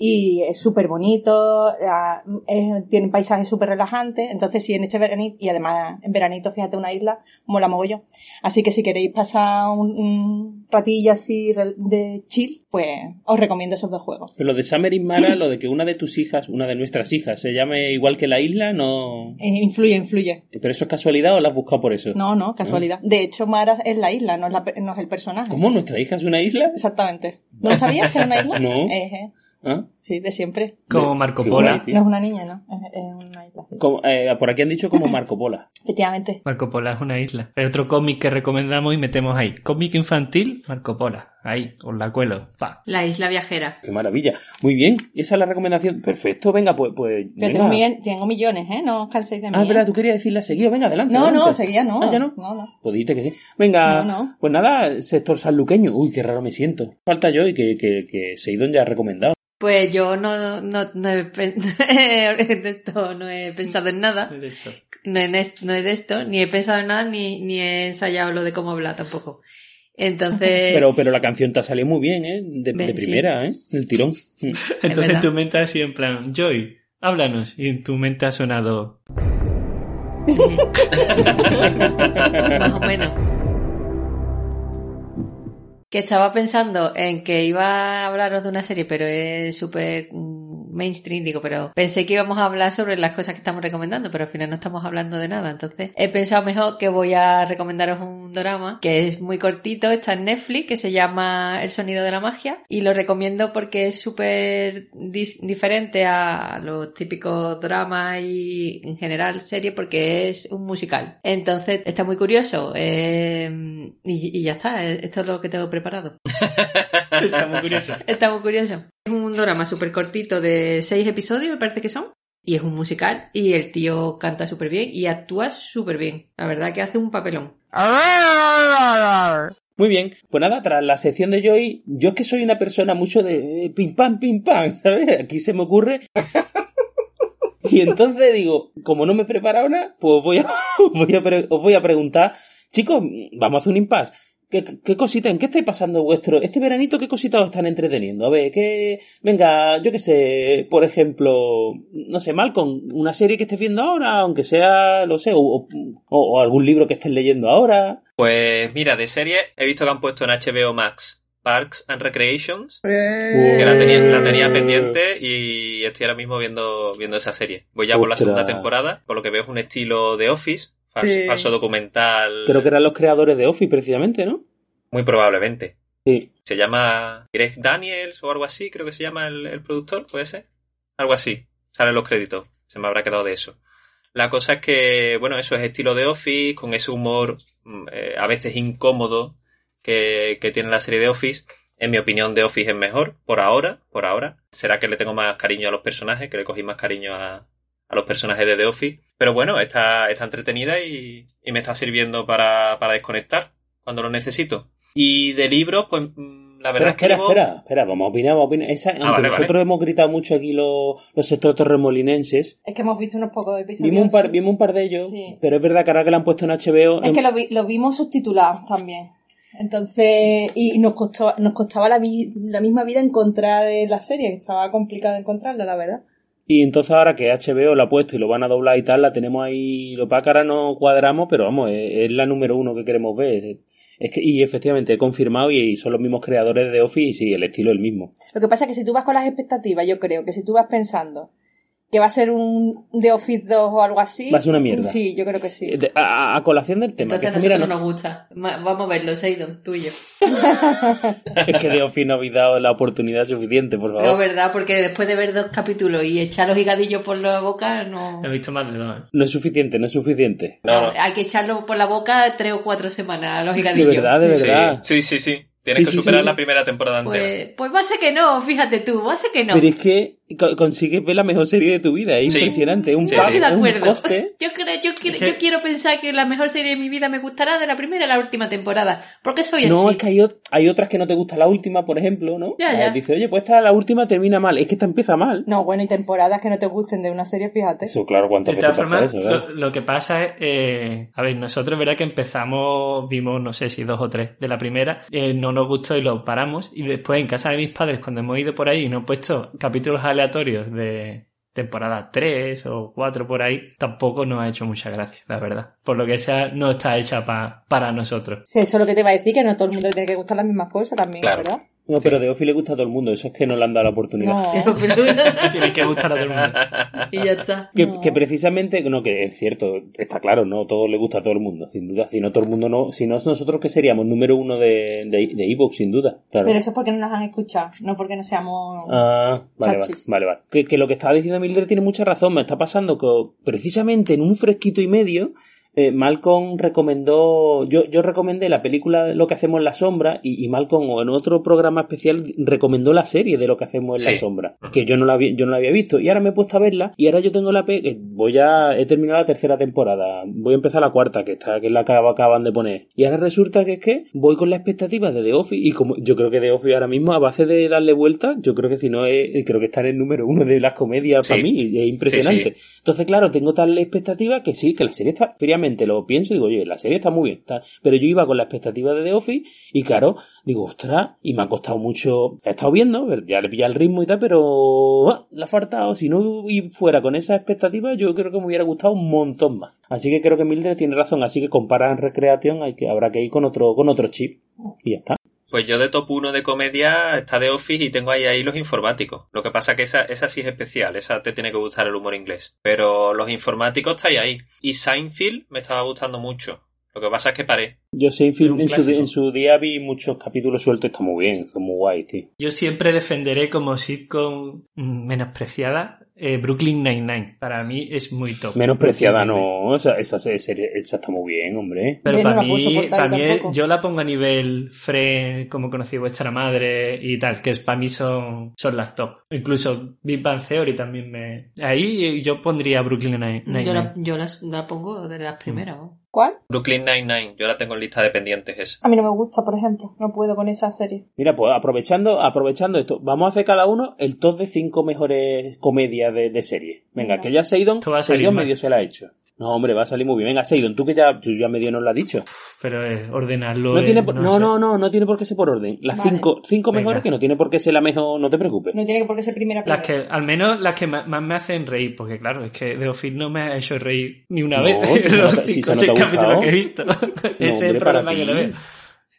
S6: Y es súper bonito, la- es- tiene paisajes súper relajantes. Entonces, sí, en este veranito, y además en veranito, fíjate, una isla, mola mogollón. Así que si queréis pasar un, un ratillo así re- de chill, pues os recomiendo esos dos juegos.
S3: Pero lo de Summer in Mara, lo de que una de tus hijas, una de nuestras hijas, se llame igual que la isla, no...
S6: Eh, influye, influye.
S3: ¿Pero eso es casualidad o la has buscado por eso?
S6: No, no, casualidad. De hecho, Mara es la isla, no es, la pe- no es el personaje.
S3: ¿Cómo? ¿Nuestra hija es una isla?
S6: Exactamente. ¿No sabías que era una isla?
S3: No.
S6: Ejé.
S3: ¿Ah?
S6: sí, de siempre.
S5: Como Marco
S3: Qué
S5: Polo.
S3: guay, tío.
S6: No es una niña, ¿no? Es, es una isla.
S3: Como- eh, por aquí han dicho como Marco Pola.
S6: Efectivamente.
S5: Marco Pola es una isla. Es otro cómic que recomendamos y metemos ahí. Cómic infantil, Marco Pola. Ahí, os la cuelo. Pa.
S4: La isla viajera.
S3: Qué maravilla. Muy bien, esa es la recomendación. Perfecto, venga, pues. pues
S6: Pero
S3: venga.
S6: tengo, mi- tengo millones, ¿eh? No os canséis de mí.
S3: Ah,
S6: ¿eh?
S3: espera, tú querías decirla seguido, venga, adelante.
S6: No, no,
S3: adelante.
S6: seguía no.
S3: Ah, ya no.
S6: No, no.
S3: Pues dijiste que sí. Venga,
S6: No, no.
S3: pues nada, sector sanluqueño. Uy, qué raro me siento. Falta yo y que, que, que Seidon ya ha recomendado.
S6: Eh.
S4: Pues yo no, no, no he, pen- de esto no he pensado en nada.
S5: Listo.
S4: no, en es- no es de esto, ni he pensado en nada, ni, ni he ensayado lo de cómo hablar tampoco. Entonces,
S3: Pero, pero la canción te ha salido muy bien, ¿eh? De,
S4: Ven,
S3: de
S4: sí.
S3: primera, ¿eh? El tirón.
S5: Entonces
S4: verdad.
S5: tu mente ha sido en plan, Joy, háblanos. Y en tu mente ha sonado.
S4: más o menos. Que estaba pensando en que iba a hablaros de una serie, pero es súper mm, mainstream, digo, pero pensé que íbamos a hablar sobre las cosas que estamos recomendando, pero al final no estamos hablando de nada, entonces he pensado mejor que voy a recomendaros un drama que es muy cortito, está en Netflix, que se llama El sonido de la magia, y lo recomiendo porque es súper dis- diferente a los típicos dramas y en general serie, porque es un musical. Entonces está muy curioso, eh, y- y ya está, e-, esto es lo que tengo preparado.
S5: Está muy curioso.
S4: Está muy curioso. Es un drama súper cortito de seis episodios, me parece que son. Y es un musical y el tío canta súper bien y actúa súper bien. La verdad que hace un papelón.
S3: Muy bien, pues nada, tras la sección de Joy, yo es que soy una persona mucho de eh, pim pam, pim pam, ¿sabes? Aquí se me ocurre. Y entonces digo, como no me he preparado nada, pues voy a, voy a pre- os voy a preguntar, chicos, vamos a hacer un impasse. ¿Qué, qué cosita, en qué estáis pasando vuestro, este veranito, qué cositas os están entreteniendo? A ver, qué, venga, yo qué sé, por ejemplo, no sé, Malcolm, una serie que estés viendo ahora, aunque sea, lo sé, o, o- o algún libro que estés leyendo ahora.
S2: Pues mira, de serie he visto que han puesto en HBO Max Parks and Recreations, que
S3: Eh.
S2: la tenía, la tenía pendiente y estoy ahora mismo viendo, viendo esa serie. Voy ya por la
S3: Ostras.
S2: segunda temporada, por lo que veo es un estilo de Office, falso,
S10: Sí.
S2: falso documental,
S3: Creo que eran los creadores de Office, precisamente, ¿no?
S2: muy probablemente.
S3: Sí.
S2: Se llama Greg Daniels o algo así, creo que se llama el, el productor, puede ser. Algo así. Salen los créditos. Se me habrá quedado de eso. La cosa es que, bueno, eso es estilo de Office, con ese humor mm, eh, a veces incómodo que, que tiene la serie de Office. En mi opinión, de Office es mejor, por ahora, por ahora. Será que le tengo más cariño a los personajes, que le cogí más cariño a, a los personajes de The Office. Pero bueno, está, está entretenida y, y me está sirviendo para, para desconectar cuando lo necesito. Y de libros, pues mm, la
S3: Espera,
S2: verdad
S3: espera,
S2: es que... llevo-
S3: espera, espera, vamos a opinar, vamos a opinar. Esa, aunque
S2: vale,
S3: nosotros hemos gritado mucho aquí los, los sectores remolinenses,
S6: Es que hemos visto unos pocos episodios.
S3: vimos un, par, vimos un par de ellos,
S6: Sí.
S3: pero es verdad que ahora que la han puesto en HBO...
S6: Es que lo, vi- lo vimos subtitulado también. Entonces, y nos costó, nos costaba la, vi- la misma vida encontrar eh, la serie, que estaba complicado encontrarla, la verdad.
S3: Y entonces ahora que HBO lo ha puesto y lo van a doblar y tal, la tenemos ahí, lo para que ahora no cuadramos, pero vamos, es, es la número uno que queremos ver. Es que, y efectivamente, he confirmado y, son los mismos creadores de Office y el estilo es el mismo.
S6: Lo que pasa es que si tú vas con las expectativas, yo creo que si tú vas pensando que va a ser un The Office 2 o algo así.
S3: Va a ser una mierda.
S6: Sí, yo creo que sí.
S3: Eh, de- A, a- a colación del tema, que
S10: Entonces a
S3: esto, mira,
S10: nosotros no
S3: no-
S10: nos gusta. Ma- Vamos a verlo, Seidon, tuyo.
S3: es que de Office no habéis dado la oportunidad suficiente, por
S10: No,
S3: favor.
S10: ¿verdad? Porque después de ver dos capítulos y echar los higadillos por la boca, no...
S5: He visto más de dos. ¿eh?
S3: No es suficiente, no es suficiente.
S2: No, no.
S10: Hay que echarlo por la boca tres o cuatro semanas, los
S3: De
S10: higadillos.
S3: verdad, de
S2: Sí,
S3: verdad.
S2: Sí, sí, sí. Tienes
S3: Sí,
S2: que
S3: sí,
S2: superar
S3: sí.
S2: la primera temporada entera.
S10: Pues, pues va a ser que no, fíjate tú, va a ser que no.
S3: Pero es que co- consigues ver la mejor serie de tu vida, es
S2: Sí.
S3: impresionante. Es un,
S2: Sí,
S10: Yo
S3: pa-
S2: sí.
S10: estoy de
S3: es un
S10: acuerdo.
S3: coste.
S10: Yo, creo, yo, quiero,
S5: Es que-
S10: yo quiero pensar que la mejor serie de mi vida me gustará de la primera a la última temporada. Porque soy así.
S3: No, es que hay, ot- hay otras que no te gusta la última, por ejemplo, ¿no?
S10: Ya, ya.
S3: Eh, Dice, oye, pues esta la última termina mal. Es que esta empieza mal.
S6: No, bueno, y temporadas que no te gusten de una serie, fíjate.
S3: Eso, claro, cuántas
S5: De
S3: veces pasa
S5: todas formas,
S3: eso, ¿verdad?
S5: lo, lo que pasa es, eh, a ver, nosotros verdad que empezamos, vimos, no sé si dos o tres de la primera, eh, no nos gustó y lo paramos, y después en casa de mis padres, cuando hemos ido por ahí y nos han puesto capítulos aleatorios de temporada 3 o 4 por ahí, tampoco nos ha hecho mucha gracia, la verdad. Por lo que sea, no está hecha pa- para nosotros.
S6: Sí, eso es lo que te iba a decir, que no a todo el mundo le tiene que gustar las mismas cosas también,
S2: Claro.
S6: ¿verdad?
S3: No, pero de Office le gusta a todo el mundo. Eso es que no le han dado la oportunidad.
S6: No. ¿eh?
S5: Tiene que gustar a todo el mundo.
S10: Y ya está.
S3: Que,
S6: No.
S3: que precisamente, no, que es cierto, está claro, no todo le gusta a todo el mundo, sin duda. Si no, todo el mundo no. Si no, nosotros que seríamos número uno de, de, de Evox, sin duda. Claro.
S6: Pero eso es porque no las han escuchado, no porque no seamos...
S3: Ah, vale, vale,
S6: Chachis.
S3: vale, vale. Que, que lo que estaba diciendo Mildred tiene mucha razón. Me está pasando que precisamente en un fresquito y medio, eh, Malcolm recomendó. Yo, yo recomendé la película Lo que hacemos en la sombra y, y Malcolm, o en otro programa especial, recomendó la serie de Lo que hacemos en la
S2: Sí.
S3: sombra, que yo no, la había, yo no la había visto. Y ahora me he puesto a verla y ahora yo tengo la. pe- eh, Voy a. He terminado la tercera temporada. Voy a empezar la cuarta, que, está, que es la que acab- acaban de poner. Y ahora resulta que es que voy con la expectativa de The Office y como yo creo que The Office ahora mismo, a base de darle vueltas, yo creo que si no, es, creo que está en el número uno de las comedias
S2: Sí.
S3: para mí. y Es impresionante.
S2: Sí,
S3: Entonces, claro, tengo tal expectativa que sí, que la serie está, fríamente lo pienso y digo, oye, la serie está muy bien, tal. pero yo iba con la expectativa de The Office y claro, digo, ostras, y me ha costado mucho, he estado viendo, ver, ya le pilla el ritmo y tal, pero ah, le ha faltado, si no y fuera con esa expectativa, yo creo que me hubiera gustado un montón más. Así que creo que Mildred tiene razón, así que comparan Recreation, hay que, habrá que ir con otro, con otro chip y ya está.
S2: Pues yo de top 1 de comedia está de Office y tengo ahí, ahí los informáticos. Lo que pasa que esa, esa sí es especial, esa te tiene que gustar el humor inglés. Pero los informáticos está ahí, ahí. Y Seinfeld me estaba gustando mucho. Lo que pasa es que paré.
S3: Yo sé, en,
S5: Es
S3: fin,
S5: un
S3: en su,
S5: clásico.
S3: en su día vi muchos capítulos sueltos, está muy bien, está muy guay, tío.
S5: Yo siempre defenderé como sitcom mm, menospreciada eh, Brooklyn Nine-Nine. Para mí es muy top.
S3: Menospreciada,
S5: Brooklyn Nine-Nine.
S3: no. O sea, esa, serie, esa está muy bien, hombre.
S5: Pero
S6: Yo no
S5: para
S6: la puedo
S5: mí,
S6: soportar
S5: para mí es-
S6: tampoco.
S5: yo la pongo a nivel Friends, como conocí vuestra madre y tal, que es- para mí son, son las top. Incluso Big Bang Theory también me... Ahí yo pondría Brooklyn Nine-
S10: Yo,
S5: Nine-Nine.
S10: la, yo las- la pongo de las primeras. vamos.
S6: ¿Cuál?
S2: Brooklyn Nine-Nine, yo la tengo en lista de pendientes esa.
S6: A mí no me gusta, por ejemplo. No puedo con esa serie.
S3: Mira, pues aprovechando, aprovechando esto, vamos a hacer cada uno el top de cinco mejores comedias de, de serie. Venga,
S6: Venga.
S3: que ya Seidon,
S5: Esto va a salir
S3: Seidon
S5: mal.
S3: medio se la ha hecho. No, hombre, va a salir muy bien. Venga, Seidon, tú que ya, tú ya medio nos lo has dicho.
S5: Pero eh, ordenarlo.
S3: No,
S5: eh,
S3: tiene por- no,
S5: sé.
S3: no, no, no tiene por qué ser por orden. Las
S6: Vale.
S3: cinco, cinco
S5: Venga.
S3: mejores que no tiene por qué ser la mejor, no te preocupes.
S6: No tiene por qué ser primera
S5: Las que,
S6: primera.
S5: al menos las que ma- más me hacen reír, porque claro, es que The Office no me ha hecho reír ni una
S3: No,
S5: vez
S3: si
S5: en
S3: se
S5: los
S3: nota- si
S5: cinco o
S3: se
S5: seis
S3: nota
S5: capítulos
S3: gustado.
S5: que he visto. Ese es el
S3: hombre, para
S5: problema que
S3: ti.
S5: le veo.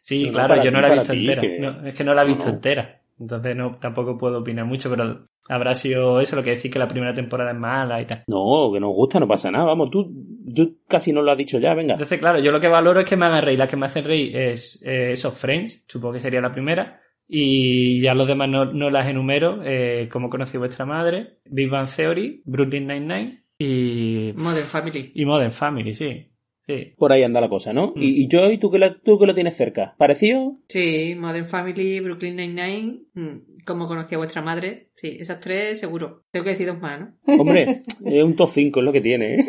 S5: Sí,
S3: No, no,
S5: claro,
S3: para
S5: yo
S3: ti,
S5: no la he
S3: para
S5: visto
S3: ti,
S5: entera.
S3: que-
S5: No, es que no la he
S3: No,
S5: visto
S3: no.
S5: entera. Entonces no, tampoco puedo opinar mucho, pero habrá sido eso lo que decís que la primera temporada es mala y tal.
S3: No, que nos gusta, no pasa nada. Vamos, tú, yo casi no lo has dicho ya, venga.
S5: Entonces, claro, yo lo que valoro es que me hagan reír. Las que me hacen reír es eh, esos Friends, supongo que sería la primera. Y ya los demás no, no las enumero. Eh, como conocí vuestra madre, Big Bang Theory, Brooklyn Nine-Nine y,
S4: Modern Family.
S5: y Modern Family, sí. sí.
S3: Por ahí anda la cosa, ¿no?
S5: Mm.
S3: Y, y yo, ¿y tú que, la- tú que lo tienes cerca? ¿Parecido?
S4: Sí, Modern Family, Brooklyn Nine-Nine, mm, como conocía vuestra madre. Sí, esas tres seguro. Tengo que decir dos más, ¿no?
S3: Hombre, es un top 5 es lo que tiene, ¿eh?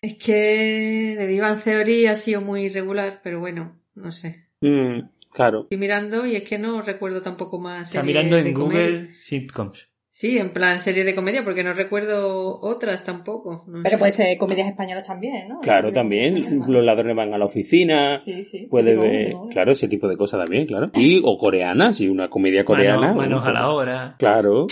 S4: Es que de Vivan Theory ha sido muy irregular, pero bueno, no sé.
S3: Mm, claro.
S4: Estoy mirando y es que no recuerdo tampoco más
S5: Está
S4: series
S5: mirando
S4: de
S5: en
S4: comedia.
S5: Google Sitcoms.
S4: Sí, en plan serie de comedia, porque no recuerdo otras tampoco. no sé.
S6: Pero puede ser comedias españolas también, ¿no?
S3: Claro,
S6: Eso es de-
S3: también. Los ladrones van a la oficina.
S6: Sí, sí.
S3: Puede
S6: Digo,
S3: ver,
S6: digo,
S3: claro, ese tipo de cosas también, claro. Y, o coreana, si una comedia coreana.
S5: Manos, manos
S3: un-
S5: a la obra.
S3: Claro.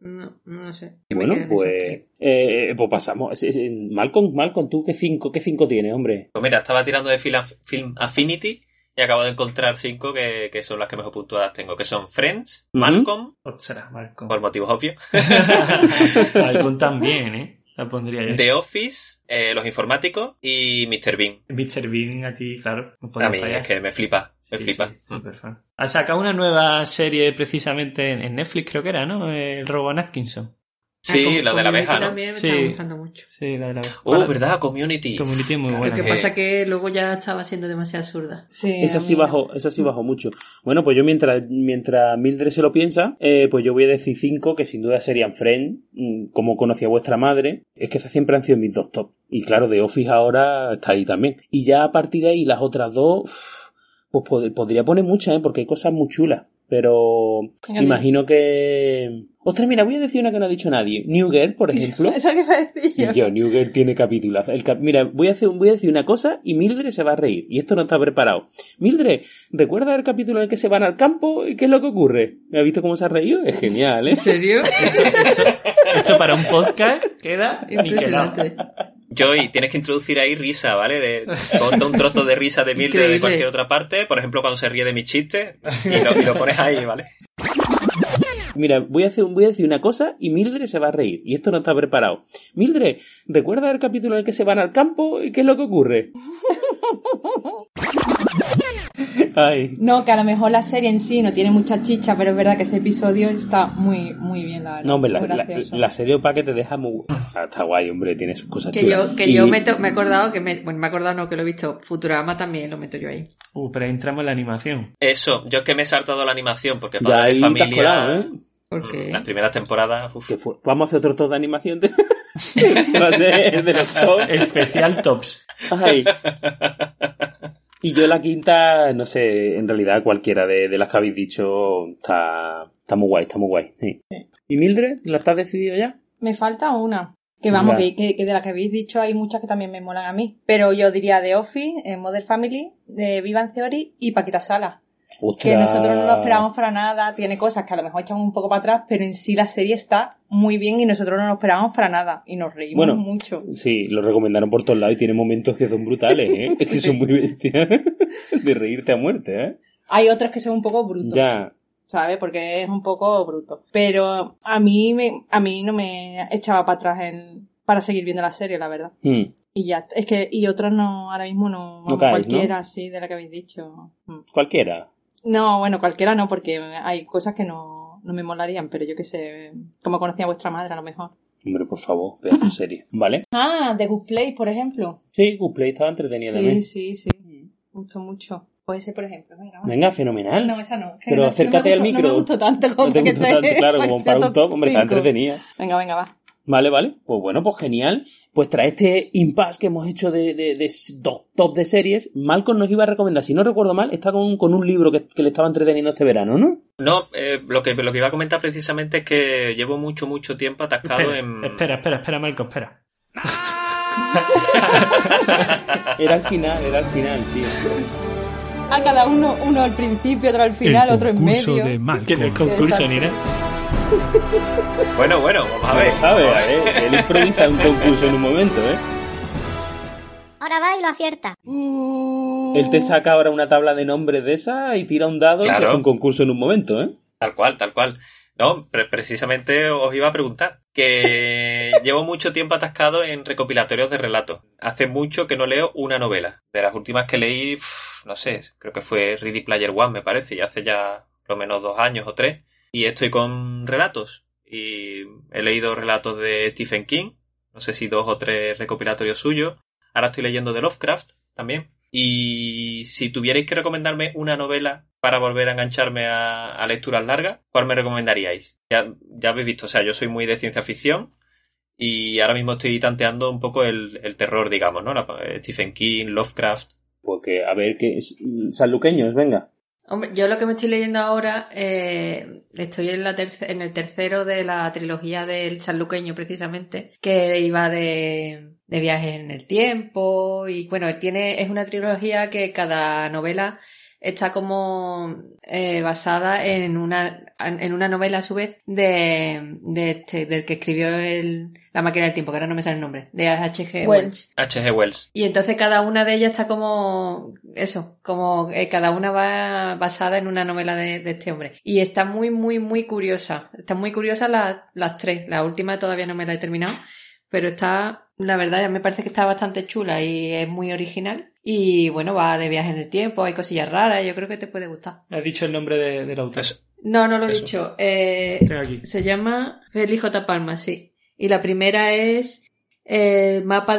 S4: No, no sé. Yo me
S3: Bueno,
S4: quedo en esas
S3: pues,
S4: tres.
S3: eh, pues pasamos. Es- es- Malcolm, Malcolm, ¿tú qué cinco, qué cinco tienes, hombre?
S2: Pues mira, estaba tirando de Film, Film Affinity y acabo de encontrar cinco que, que son las que mejor puntuadas tengo, que son Friends,
S3: Ujú.
S2: Malcolm,
S5: Ostras, Marco.
S2: por motivos obvios,
S5: Algún también, ¿eh? La pondría yo.
S2: The Office, eh, Los Informáticos y Mr. Bean.
S5: Mr. Bean a ti, claro. no podía
S2: A mí
S5: fallar.
S2: es que me flipa, me
S5: Sí,
S2: flipa.
S5: sí, superfan. Ha sacado una nueva serie precisamente en en Netflix, creo que era, ¿no? El Robon Atkinson.
S4: Ah,
S2: Sí,
S4: Com-
S2: la de la
S4: Community
S2: abeja, ¿no?
S4: También me
S5: Sí.
S4: está gustando mucho.
S5: Sí, la de la
S2: Oh, ¿verdad? Community.
S5: Community es muy
S2: Claro
S5: buena.
S4: Lo que
S2: que-
S4: pasa que luego ya estaba siendo demasiado absurda.
S6: Sí,
S3: Esa
S6: a
S3: sí
S6: mí no.
S3: bajó, esa sí bajó mucho. Bueno, pues yo mientras, mientras Mildred se lo piensa, eh, pues yo voy a decir cinco que sin duda serían Friends, mm, como conocía vuestra madre. Es que esas siempre han sido mis dos top. Y claro, The Office ahora está ahí también. Y ya a partir de ahí, las otras dos, uf, pues pod- podría poner muchas, ¿eh? porque hay cosas muy chulas. Pero
S6: Venga,
S3: imagino que... Ostras, mira, voy a decir una que no ha dicho nadie. New Girl, por ejemplo.
S6: Eso que iba a decir yo.
S3: Y yo, New Girl tiene capítulos. El cap- Mira, voy a, hacer, un- voy a decir una cosa y Mildred se va a reír. Y esto no está preparado. Mildred, ¿recuerda el capítulo en el que se van al campo? ¿Y qué es lo que ocurre? ¿Me ha visto cómo se ha reído? Es genial, ¿eh?
S4: ¿En serio?
S5: Esto, esto para un podcast queda niquelado.
S4: Impresionante.
S2: Joy, tienes que introducir ahí risa, ¿vale? De, corta un trozo de risa de Mildred de
S4: Increíble.
S2: cualquier otra parte, por ejemplo, cuando se ríe de mis chistes, y lo, y lo pones ahí, ¿vale?
S3: Mira, voy a, hacer, un- voy a decir una cosa y Mildred se va a reír. Y esto no está preparado. Mildred, ¿recuerda el capítulo en el que se van al campo? ¿Y qué es lo que ocurre? Ay.
S6: No, que a lo mejor la serie en sí no tiene mucha chicha, pero es verdad que ese episodio está muy, muy bien, la verdad.
S3: No, hombre, la,
S6: Muy
S3: la,
S6: gracioso.
S3: la serie Opa que te deja muy... Ah, está guay, hombre, tiene sus cosas
S4: Que
S3: chulas.
S4: yo, que yo
S3: Y-
S4: me, to- me he acordado que me, bueno, me he acordado no, que lo he visto. Futurama también lo meto yo ahí.
S5: Uh, pero ahí entramos en la animación.
S2: Eso, yo es que me he saltado la animación, porque
S3: Ya
S2: para
S3: ahí
S2: mi
S3: te has
S2: familia, mm,
S3: colado, ¿eh?
S4: Porque
S2: las primeras temporadas, uf.
S3: que fue- vamos a hacer otro top de animación de, de- de los top.
S5: Especial Tops.
S3: Ay. Y yo la quinta, no sé, en realidad cualquiera de, de las que habéis dicho está, está muy guay, está muy guay. sí. ¿Y Mildred, la estás decidido ya?
S6: Me falta una. Que vamos,
S3: Ya.
S6: que, que- que de las que habéis dicho hay muchas que también me molan a mí. Pero yo diría The Office, eh, Modern Family, de Vivan Theory y Paquita Sala. Que
S3: Ostras.
S6: nosotros no lo esperábamos para nada, tiene cosas que a lo mejor echan un poco para atrás, pero en sí la serie está muy bien y nosotros no lo esperábamos para nada. Y nos reímos
S3: Bueno.
S6: mucho.
S3: Sí, lo recomendaron por todos lados y tiene momentos que son brutales, ¿eh? Es que son muy bestias. De reírte a muerte, ¿eh?
S6: Hay otras que son un poco brutos.
S3: Ya.
S6: ¿sabes? Porque es un poco bruto. Pero a mí, me, a mí no me echaba para atrás en, para seguir viendo la serie, la verdad.
S3: Mm.
S6: Y ya, es que, y otras no, ahora mismo no, vamos,
S3: caes,
S6: cualquiera,
S3: ¿no?
S6: sí, de la que habéis dicho. Mm.
S3: Cualquiera.
S6: No, bueno, cualquiera no, porque hay cosas que no, no me molarían, pero yo qué sé, como conocía vuestra madre a lo mejor.
S3: Hombre, por favor, pedazo de serie. ¿Vale?
S6: Ah, The Good Place, por ejemplo.
S3: Sí, Good Play estaba entretenida
S6: Sí,
S3: también.
S6: sí, sí, gustó mucho. Pues ese, por ejemplo, venga, va.
S3: Venga, fenomenal.
S6: No, esa no. que
S3: Pero
S6: no- no me
S3: acércate al
S6: gustó-
S3: micro.
S6: No me gustó tanto como
S3: No te
S6: que
S3: gustó
S6: te-
S3: tanto, claro, como para un
S6: top
S3: top, hombre, está
S6: cinco.
S3: entretenida.
S6: Venga, venga, va.
S3: Vale, vale. Pues bueno, pues genial. Pues tras este impasse que hemos hecho de, de, de s- dos top de series, Malcolm nos iba a recomendar, si no recuerdo mal, está con, con un libro que, que le estaba entreteniendo este verano, ¿no?
S2: No, eh, lo, que, lo que iba a comentar precisamente es que llevo mucho, mucho tiempo atascado
S5: espera,
S2: en...
S5: espera, espera, espera, Marco, espera.
S3: Era al final, era al final, tío.
S6: A cada uno, uno al principio, otro al final, otro en medio.
S5: Que no es concurso ni nada.
S2: Bueno, bueno, vamos a ver.
S3: ¿Sabes?
S2: vamos a ver.
S3: ¿eh? Él improvisa un concurso en un momento, ¿eh?
S9: Ahora va y lo acierta.
S3: Él te saca ahora una tabla de nombres de esa y tira un dado y
S2: Claro.
S3: te hace un concurso en un momento, ¿eh?
S2: Tal cual, tal cual. No, pre- precisamente os iba a preguntar que llevo mucho tiempo atascado en recopilatorios de relatos. Hace mucho que no leo una novela. De las últimas que leí, uf, no sé, creo que fue Ready Player One, me parece, y hace ya lo menos dos años o tres. Y estoy con relatos. Y he leído relatos de Stephen King, no sé si dos o tres recopilatorios suyos. Ahora estoy leyendo de Lovecraft también. Y si tuvierais que recomendarme una novela para volver a engancharme a, a lecturas largas, ¿cuál me recomendaríais? Ya, ya habéis visto, o sea, yo soy muy de ciencia ficción y ahora mismo estoy tanteando un poco el, el terror, digamos, ¿no? La- eh, Stephen King, Lovecraft.
S3: Porque, a ver, Pues que es- mm, sanluqueños, venga.
S4: Hombre, yo lo que me estoy leyendo ahora, eh, estoy en, la terce- en el tercero de la trilogía del charluqueño, precisamente, que iba de, de viajes en el tiempo. Y bueno, tiene, es una trilogía que cada novela está como eh, basada en una, en una novela, a su vez, de, de este- del que escribió el, La máquina del tiempo, que ahora no me sale el nombre, de H.G.
S6: Wells.
S4: Wells.
S2: H.G. Wells.
S4: Y entonces cada una de ellas está como eso, como eh, cada una va basada en una novela de, de este hombre. Y está muy, muy, muy curiosa. Está muy curiosa la- las tres. La última todavía no me la he terminado, pero está, la verdad, me parece que está bastante chula y es muy original. Y bueno, va de viaje en el tiempo, hay cosillas raras, yo creo que te puede gustar.
S5: Has dicho el nombre de, del autor.
S2: Eso.
S4: No, no lo he
S2: Eso.
S4: dicho. Eh,
S5: Tengo aquí.
S4: se llama Feliz J. Palma, sí. Y la primera es el mapa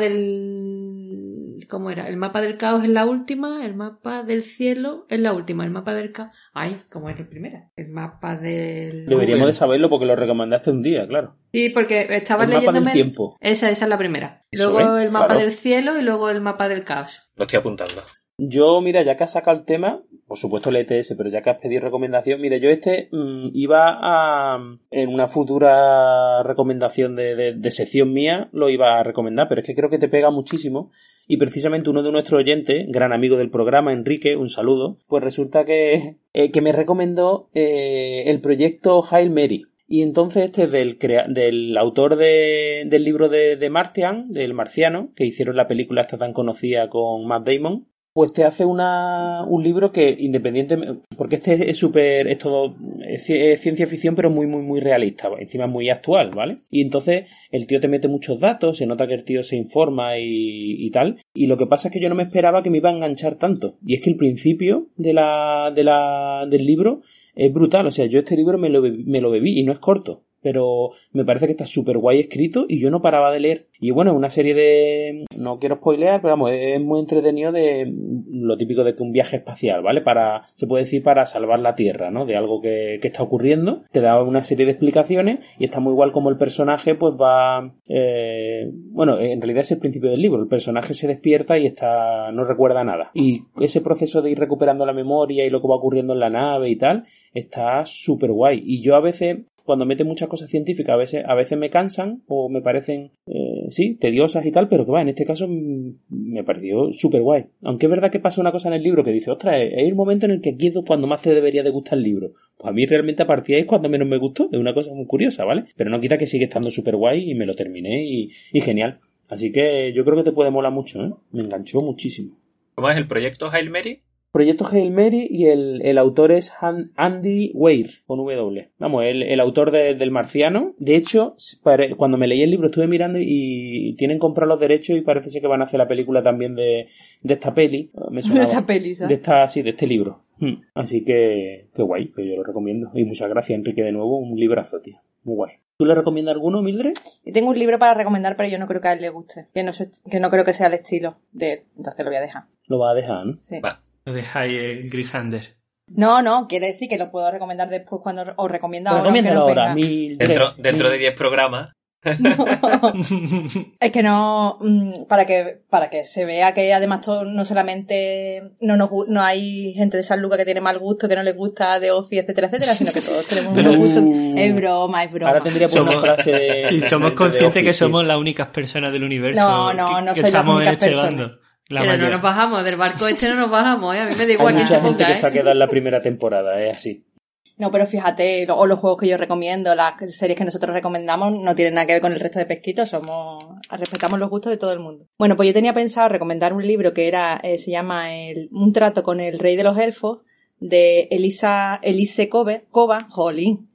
S4: del... ¿Cómo era? El mapa del caos es la última, el mapa del cielo es la última, el mapa del caos... Ay, ¿cómo es la primera? El mapa del...
S3: Deberíamos de saberlo porque lo recomendaste un día, claro.
S4: Sí, porque estaba
S3: el mapa
S4: leyéndome...
S3: del tiempo.
S4: Esa, esa es la primera.
S3: Eso,
S4: Luego
S3: ¿eh?
S4: el mapa
S3: Claro.
S4: del cielo y luego el mapa del caos.
S2: Lo estoy apuntando.
S3: Yo, mira, ya que has sacado el tema, por supuesto el ETS, pero ya que has pedido recomendación, mira, yo este mm, iba a. En una futura recomendación de, de- de sección mía, lo iba a recomendar, pero es que creo que te pega muchísimo. Y precisamente uno de nuestros oyentes, gran amigo del programa, Enrique, un saludo, pues resulta que, eh, que me recomendó eh, el proyecto Hail Mary. Y entonces este es del, crea- del autor de- del libro de, de Martian, del marciano, que hicieron la película esta tan conocida con Matt Damon, pues te hace una, un libro que independientemente, porque este es súper, es todo, es, ci- es ciencia ficción pero muy, muy, muy realista, encima es muy actual, ¿vale? Y entonces el tío te mete muchos datos, se nota que el tío se informa y, y tal, y lo que pasa es que yo no me esperaba que me iba a enganchar tanto, y es que el principio de la, de la, del libro es brutal, o sea, yo este libro me lo, be- me lo bebí y no es corto. Pero me parece que está súper guay escrito y yo no paraba de leer. Y bueno, es una serie de... No quiero spoilear, pero vamos, es muy entretenido de lo típico de que un viaje espacial, ¿vale? Para, se puede decir, para salvar la Tierra, ¿no? De algo que, que está ocurriendo. Te da una serie de explicaciones y está muy igual como el personaje pues va... eh, bueno, en realidad es el principio del libro. El personaje se despierta y está... no recuerda nada. Y ese proceso de ir recuperando la memoria y lo que va ocurriendo en la nave y tal, está súper guay. Y yo a veces, cuando meten muchas cosas científicas, a veces, a veces me cansan o me parecen, eh, sí, tediosas y tal, pero que va, en este caso mm, me pareció súper guay. Aunque es verdad que pasa una cosa en el libro que dice, ostras, eh, hay un momento en el que aquí es cuando más te debería de gustar el libro. Pues a mí realmente a partir de ahí es cuando menos me gustó. Es una cosa muy curiosa, ¿vale? Pero no quita que sigue estando súper guay y me lo terminé y, y genial. Así que yo creo que te puede molar mucho, ¿eh? Me enganchó muchísimo.
S2: ¿Cómo es el proyecto Hail Mary?
S3: Proyecto Hail Mary y el, el autor es Han- Andy Weir, con W. Vamos, el, el autor de- del Marciano. De hecho, s- pare- cuando me leí el libro estuve mirando y tienen comprado los derechos y parece ser que van a hacer la película también de, de esta peli. Eh, Me
S6: Pero
S3: sonaba.
S6: esta peli,
S3: De
S6: ¿sabes?
S3: esta, sí, de este libro. Hmm. Así que, qué guay, que yo lo recomiendo. Y muchas gracias, Enrique, de nuevo. Un librazo, tío. Muy guay. ¿Tú le recomiendas alguno, Mildred?
S6: Y tengo un libro para recomendar, pero yo no creo que a él le guste. Que no, sé- que no creo que sea el estilo de él. Entonces lo voy a dejar.
S3: Lo vas a dejar, ¿no?
S6: Sí.
S2: Va.
S5: Lo dejáis el Grisander.
S6: No, no, quiere decir que lo puedo recomendar después cuando os recomiendo ahora. aunque
S3: Recomiéndalo
S6: no
S3: ahora,
S6: venga.
S3: Mildred.
S2: Dentro, dentro de
S3: Mildred.
S2: 10 programas.
S6: No. Es que no, mm, para que, para que se vea que además todo- no solamente no, nos gu- no hay gente de San Luca que tiene mal gusto, que no le gusta de Office, etcétera, etcétera, sino que todos tenemos
S3: Pero-
S6: unos gustos. Es broma, es broma.
S3: Uh. Ahora tendría pues una
S5: Somos-
S3: frase de.
S5: Y somos
S3: de- de
S5: conscientes
S3: Office,
S5: que
S3: sí.
S5: somos las únicas personas del universo.
S6: No, no,
S5: que-
S6: no
S5: que
S6: soy la
S5: estamos
S6: única
S5: en este
S6: persona.
S5: bando. La
S4: Pero no
S5: mayoría.
S4: nos bajamos, del barco este no nos bajamos, ¿eh? A mí me da
S3: Hay
S4: igual quién se
S3: mucha gente
S4: ponga,
S3: que se ha
S4: ¿eh?
S3: quedado en la primera temporada, es así.
S6: No, pero fíjate, lo- o los juegos que yo recomiendo, las series que nosotros recomendamos, no tienen nada que ver con el resto de pesquitos, somos, respetamos los gustos de todo el mundo. Bueno, pues yo tenía pensado recomendar un libro que era, eh, se llama el, Un trato con el rey de los elfos, de Elisa, Elise Cove, Cova, jolín.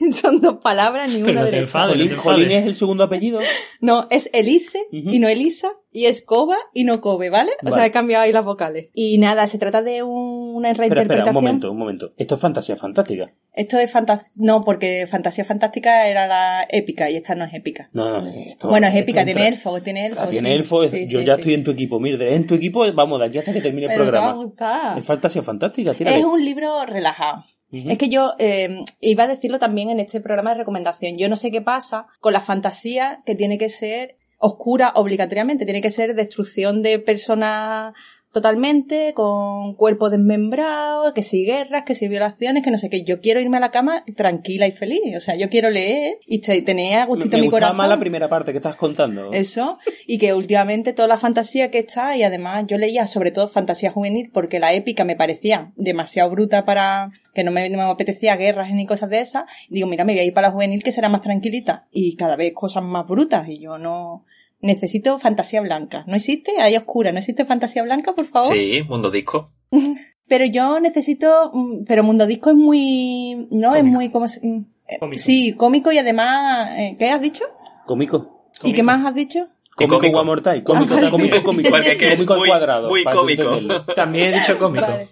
S6: Son dos palabras, ni
S5: Pero
S6: una
S5: no te
S6: de
S5: enfades.
S3: Jolín,
S5: no te
S3: Jolín
S5: enfades.
S3: es el segundo apellido.
S6: No, es Elise
S3: Ujú.
S6: y no Elisa, y es Cova y no Cove, ¿vale? O sea,
S3: Vale.
S6: he cambiado ahí las vocales. Y nada, se trata de un- una
S3: Espera,
S6: reinterpretación.
S3: espera, un momento, un momento. Esto es fantasía fantástica.
S6: Esto es fantasía. No, porque fantasía fantástica era la épica y esta no es épica.
S3: No, no, esto-
S6: bueno, es
S3: esto
S6: épica,
S3: entra-
S6: tiene elfo, tiene elfo.
S3: Ah, tiene
S6: sí.
S3: elfo. es-
S6: Sí,
S3: yo
S6: sí,
S3: ya
S6: sí.
S3: estoy en tu equipo, Mildred. En tu equipo, vamos, de aquí hasta que termine el
S6: Pero te va a
S3: programa.
S6: gustar.
S3: Es fantasía fantástica, tírale.
S6: Es un libro relajado.
S3: Ujú.
S6: Es que yo eh, iba a decirlo también en este programa de recomendación. Yo no sé qué pasa con la fantasía que tiene que ser oscura obligatoriamente. Tiene que ser destrucción de personas totalmente, con cuerpos desmembrados, que si guerras, que si violaciones, que no sé qué. Yo quiero irme a la cama tranquila y feliz. O sea, yo quiero leer y te- tener a
S3: me,
S6: gustito
S3: me
S6: mi
S3: gustaba
S6: corazón.
S3: más la primera parte que estás contando.
S6: Eso, y que últimamente toda la fantasía que está, y además yo leía sobre todo fantasía juvenil porque la épica me parecía demasiado bruta para que no me, no me apetecía guerras ni cosas de esas. Y digo, mira, me voy a ir para la juvenil que será más tranquilita. Y cada vez cosas más brutas, y yo no. Necesito fantasía blanca. ¿No existe? Hay oscura. ¿No existe fantasía blanca, por favor?
S2: Sí, Mundo Disco.
S6: Pero yo necesito. mm, Pero Mundo Disco es muy. ¿No? Es
S5: Cómico.
S6: muy. como se- mm, eh,
S5: Cómico.
S6: Sí, cómico y además. eh, ¿Qué has dicho?
S3: Cómico.
S6: ¿Y qué más has dicho?
S2: Y
S3: Cómico,
S2: cómico.
S3: one more time. Cómico,
S5: Ah, vale.
S3: cómico, cómico.
S2: Porque es que es
S3: cómico al
S2: muy-
S3: cuadrado.
S2: muy
S3: para
S2: cómico.
S3: entenderlo.
S5: También he dicho cómico.
S6: Vale.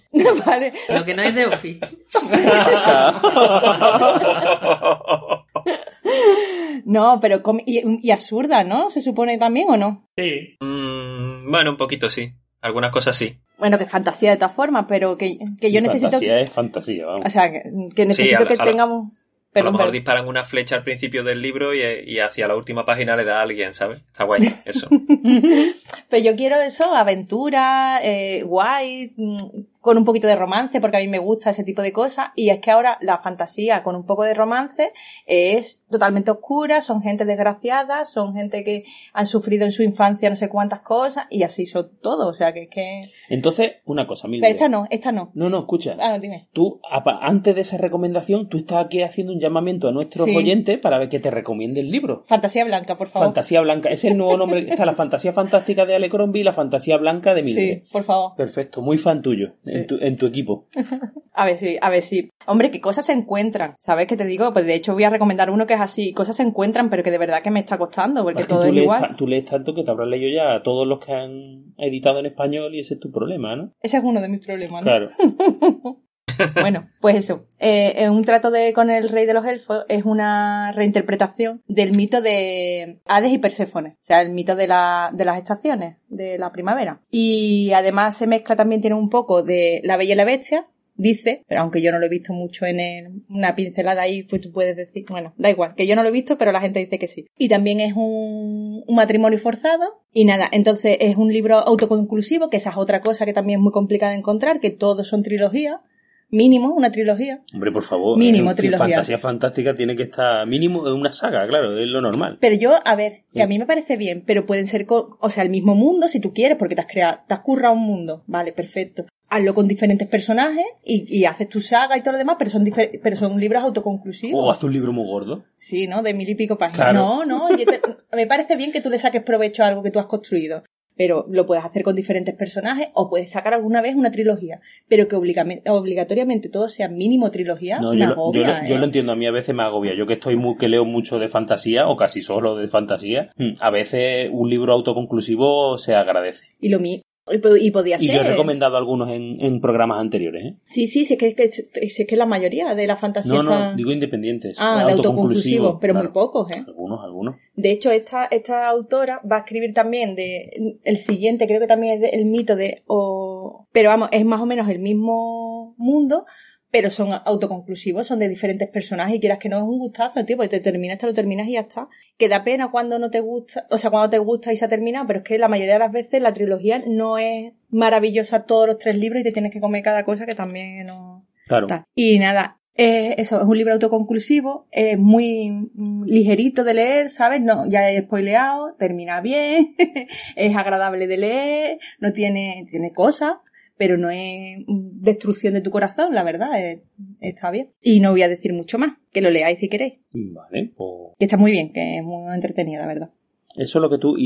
S6: vale.
S4: Lo que no es de Office.
S6: No, pero com- y, y absurda, ¿no? Se supone también o no.
S5: Sí.
S2: Mm, bueno, un poquito sí. Algunas cosas sí.
S6: Bueno, que fantasía de todas formas, pero que, que yo
S3: Sí,
S6: necesito.
S3: Fantasía es fantasía, vamos.
S6: O sea, que, que necesito
S2: a la-
S6: que
S2: a la-
S6: tengamos.
S2: A lo
S6: Perdón,
S2: mejor
S6: perdón.
S2: disparan una flecha al principio del libro y, y hacia la última página le da a alguien, ¿sabes? Está guay, eso.
S6: Pero yo quiero eso, aventura, eh, guay, mm, con un poquito de romance, porque a mí me gusta ese tipo de cosas. Y es que ahora la fantasía con un poco de romance es totalmente oscura, son gente desgraciada, son gente que han sufrido en su infancia no sé cuántas cosas, y así son todos. O sea, que es que.
S3: Entonces, una cosa, Mildred.
S6: Pero esta no, esta no.
S3: No, no, escucha.
S6: Ah, dime.
S3: Tú, apa- antes de esa recomendación, tú estás aquí haciendo un llamamiento a nuestros
S6: Sí.
S3: oyentes para ver que te recomiende el libro.
S6: Fantasía blanca, por favor.
S3: Fantasía Blanca. Es el nuevo nombre. Está la fantasía fantástica de Ale Crombie y la fantasía blanca de Mildred.
S6: Sí, por favor.
S3: Perfecto, muy fan tuyo, en, tu, en tu equipo.
S6: A ver si, a ver si. Hombre, qué cosas se encuentran. ¿Sabes qué te digo? Pues de hecho voy a recomendar uno que es así. Cosas se encuentran, pero que de verdad que me está costando, porque
S3: Es que
S6: todo
S3: tú,
S6: es
S3: lees
S6: igual.
S3: ta- tú lees tanto que te habrás leído ya a todos los que han editado en español y ese es tu problema, ¿no?
S6: Ese es uno de mis problemas, ¿no?
S3: Claro.
S6: Bueno, pues eso. Eh, eh, un trato de con el rey de los elfos es una reinterpretación del mito de Hades y Perséfone, o sea, el mito de, la- de las estaciones, de la primavera. Y además se mezcla también, tiene un poco de La Bella y la Bestia, dice, pero aunque yo no lo he visto mucho en el- una pincelada ahí, pues tú puedes decir, bueno, da igual, que yo no lo he visto, pero la gente dice que sí. Y también es un, un matrimonio forzado y nada, entonces es un libro autoconclusivo, que esa es otra cosa que también es muy complicada de encontrar, que todos son trilogías, mínimo una trilogía.
S3: Hombre, por favor.
S6: Mínimo
S3: eh,
S6: trilogía.
S3: Fantasía fantástica tiene que estar mínimo en una saga, claro, es lo normal.
S6: Pero yo, a ver, que
S3: Sí.
S6: a mí me parece bien, pero pueden ser, co- o sea, el mismo mundo si tú quieres, porque te has creado, te has currado un mundo, vale, perfecto. Hazlo con diferentes personajes y, y haces tu saga y todo lo demás, pero son, difer- pero son libros autoconclusivos.
S3: O haz un libro muy gordo.
S6: Sí, ¿no? De mil y pico páginas.
S3: Claro.
S6: No, no, yo te- me parece bien que tú le saques provecho a algo que tú has construido, pero lo puedes hacer con diferentes personajes o puedes sacar alguna vez una trilogía, pero que obligame- obligatoriamente todo sea mínimo trilogía.
S3: No,
S6: me
S3: yo, lo, yo,
S6: agobia,
S3: lo- yo
S6: ¿eh?
S3: lo entiendo, a mí a veces me agobia. Yo que estoy muy, que leo mucho de fantasía, o casi solo de fantasía, mm, a veces un libro autoconclusivo se agradece.
S6: Y lo mío. Y, po- y podía
S3: Y
S6: ser.
S3: yo he recomendado algunos en, en programas anteriores, ¿eh?
S6: Sí, sí, sí, es que, que- sí, es que la mayoría de la fantasía
S3: No,
S6: está...
S3: no, digo independientes.
S6: ah, de autoconclusivos, pero muy
S3: claro.
S6: pocos, ¿eh?
S3: Algunos, algunos.
S6: De hecho, esta, esta autora va a escribir también de el siguiente, creo que también es de- el mito de... O... Pero vamos, es más o menos el mismo mundo, pero son autoconclusivos, son de diferentes personajes y quieras que no es un gustazo, tío, porque te terminas, te lo terminas y ya está. Que da pena cuando no te gusta, o sea, cuando te gusta y se ha terminado, pero es que la mayoría de las veces la trilogía no es maravillosa todos los tres libros y te tienes que comer cada cosa que también no...
S3: Claro.
S6: Tal. Y nada, eh, eso, es un libro autoconclusivo, eh, muy mm, ligerito de leer, ¿sabes? No, ya he spoileado, termina bien, es agradable de leer, no tiene, tiene cosas, pero no es mm, destrucción de tu corazón, la verdad, eh, está bien. Y no voy a decir mucho más, que lo leáis si queréis,
S3: Vale, pues
S6: que está muy bien, que es muy entretenida, la verdad.
S3: eso es lo que tú. Y,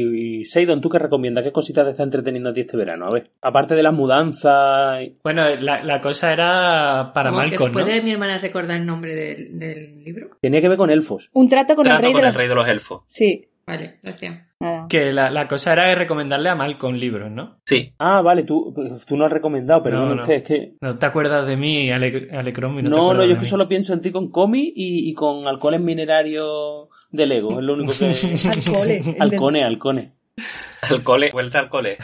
S3: y, y, y Seidon, ¿tú qué recomiendas? ¿Qué cositas te está entreteniendo a ti este verano? A ver, aparte de las mudanzas. y-
S5: Bueno, la, la cosa era para
S10: Como que
S5: Malcolm, ¿no?
S10: ¿Puede mi hermana recordar el nombre del, del libro?
S3: Tenía que ver con elfos.
S6: Un trato con el
S2: Trato
S6: rey
S2: con
S6: de
S2: el
S6: los...
S2: rey de los elfos.
S6: Sí,
S10: Vale, gracias.
S6: nada.
S5: Que la, la cosa era recomendarle a Malcolm libros, ¿no?
S2: Sí,
S3: Ah, vale, tú, tú no has recomendado, pero
S5: No,
S3: no,
S5: no.
S3: usted, es que.
S5: No te acuerdas de mí, Ale, Alecrombie, no,
S3: No,
S5: te
S3: no,
S5: acuerdas
S3: yo
S5: de
S3: es que
S5: mí.
S3: solo pienso en ti con cómic y, y con alcoholes minerarios de Lego. Es lo único que.
S6: Alcoholes. el de-
S3: halcones, halcones.
S2: al cole, vuelta al cole.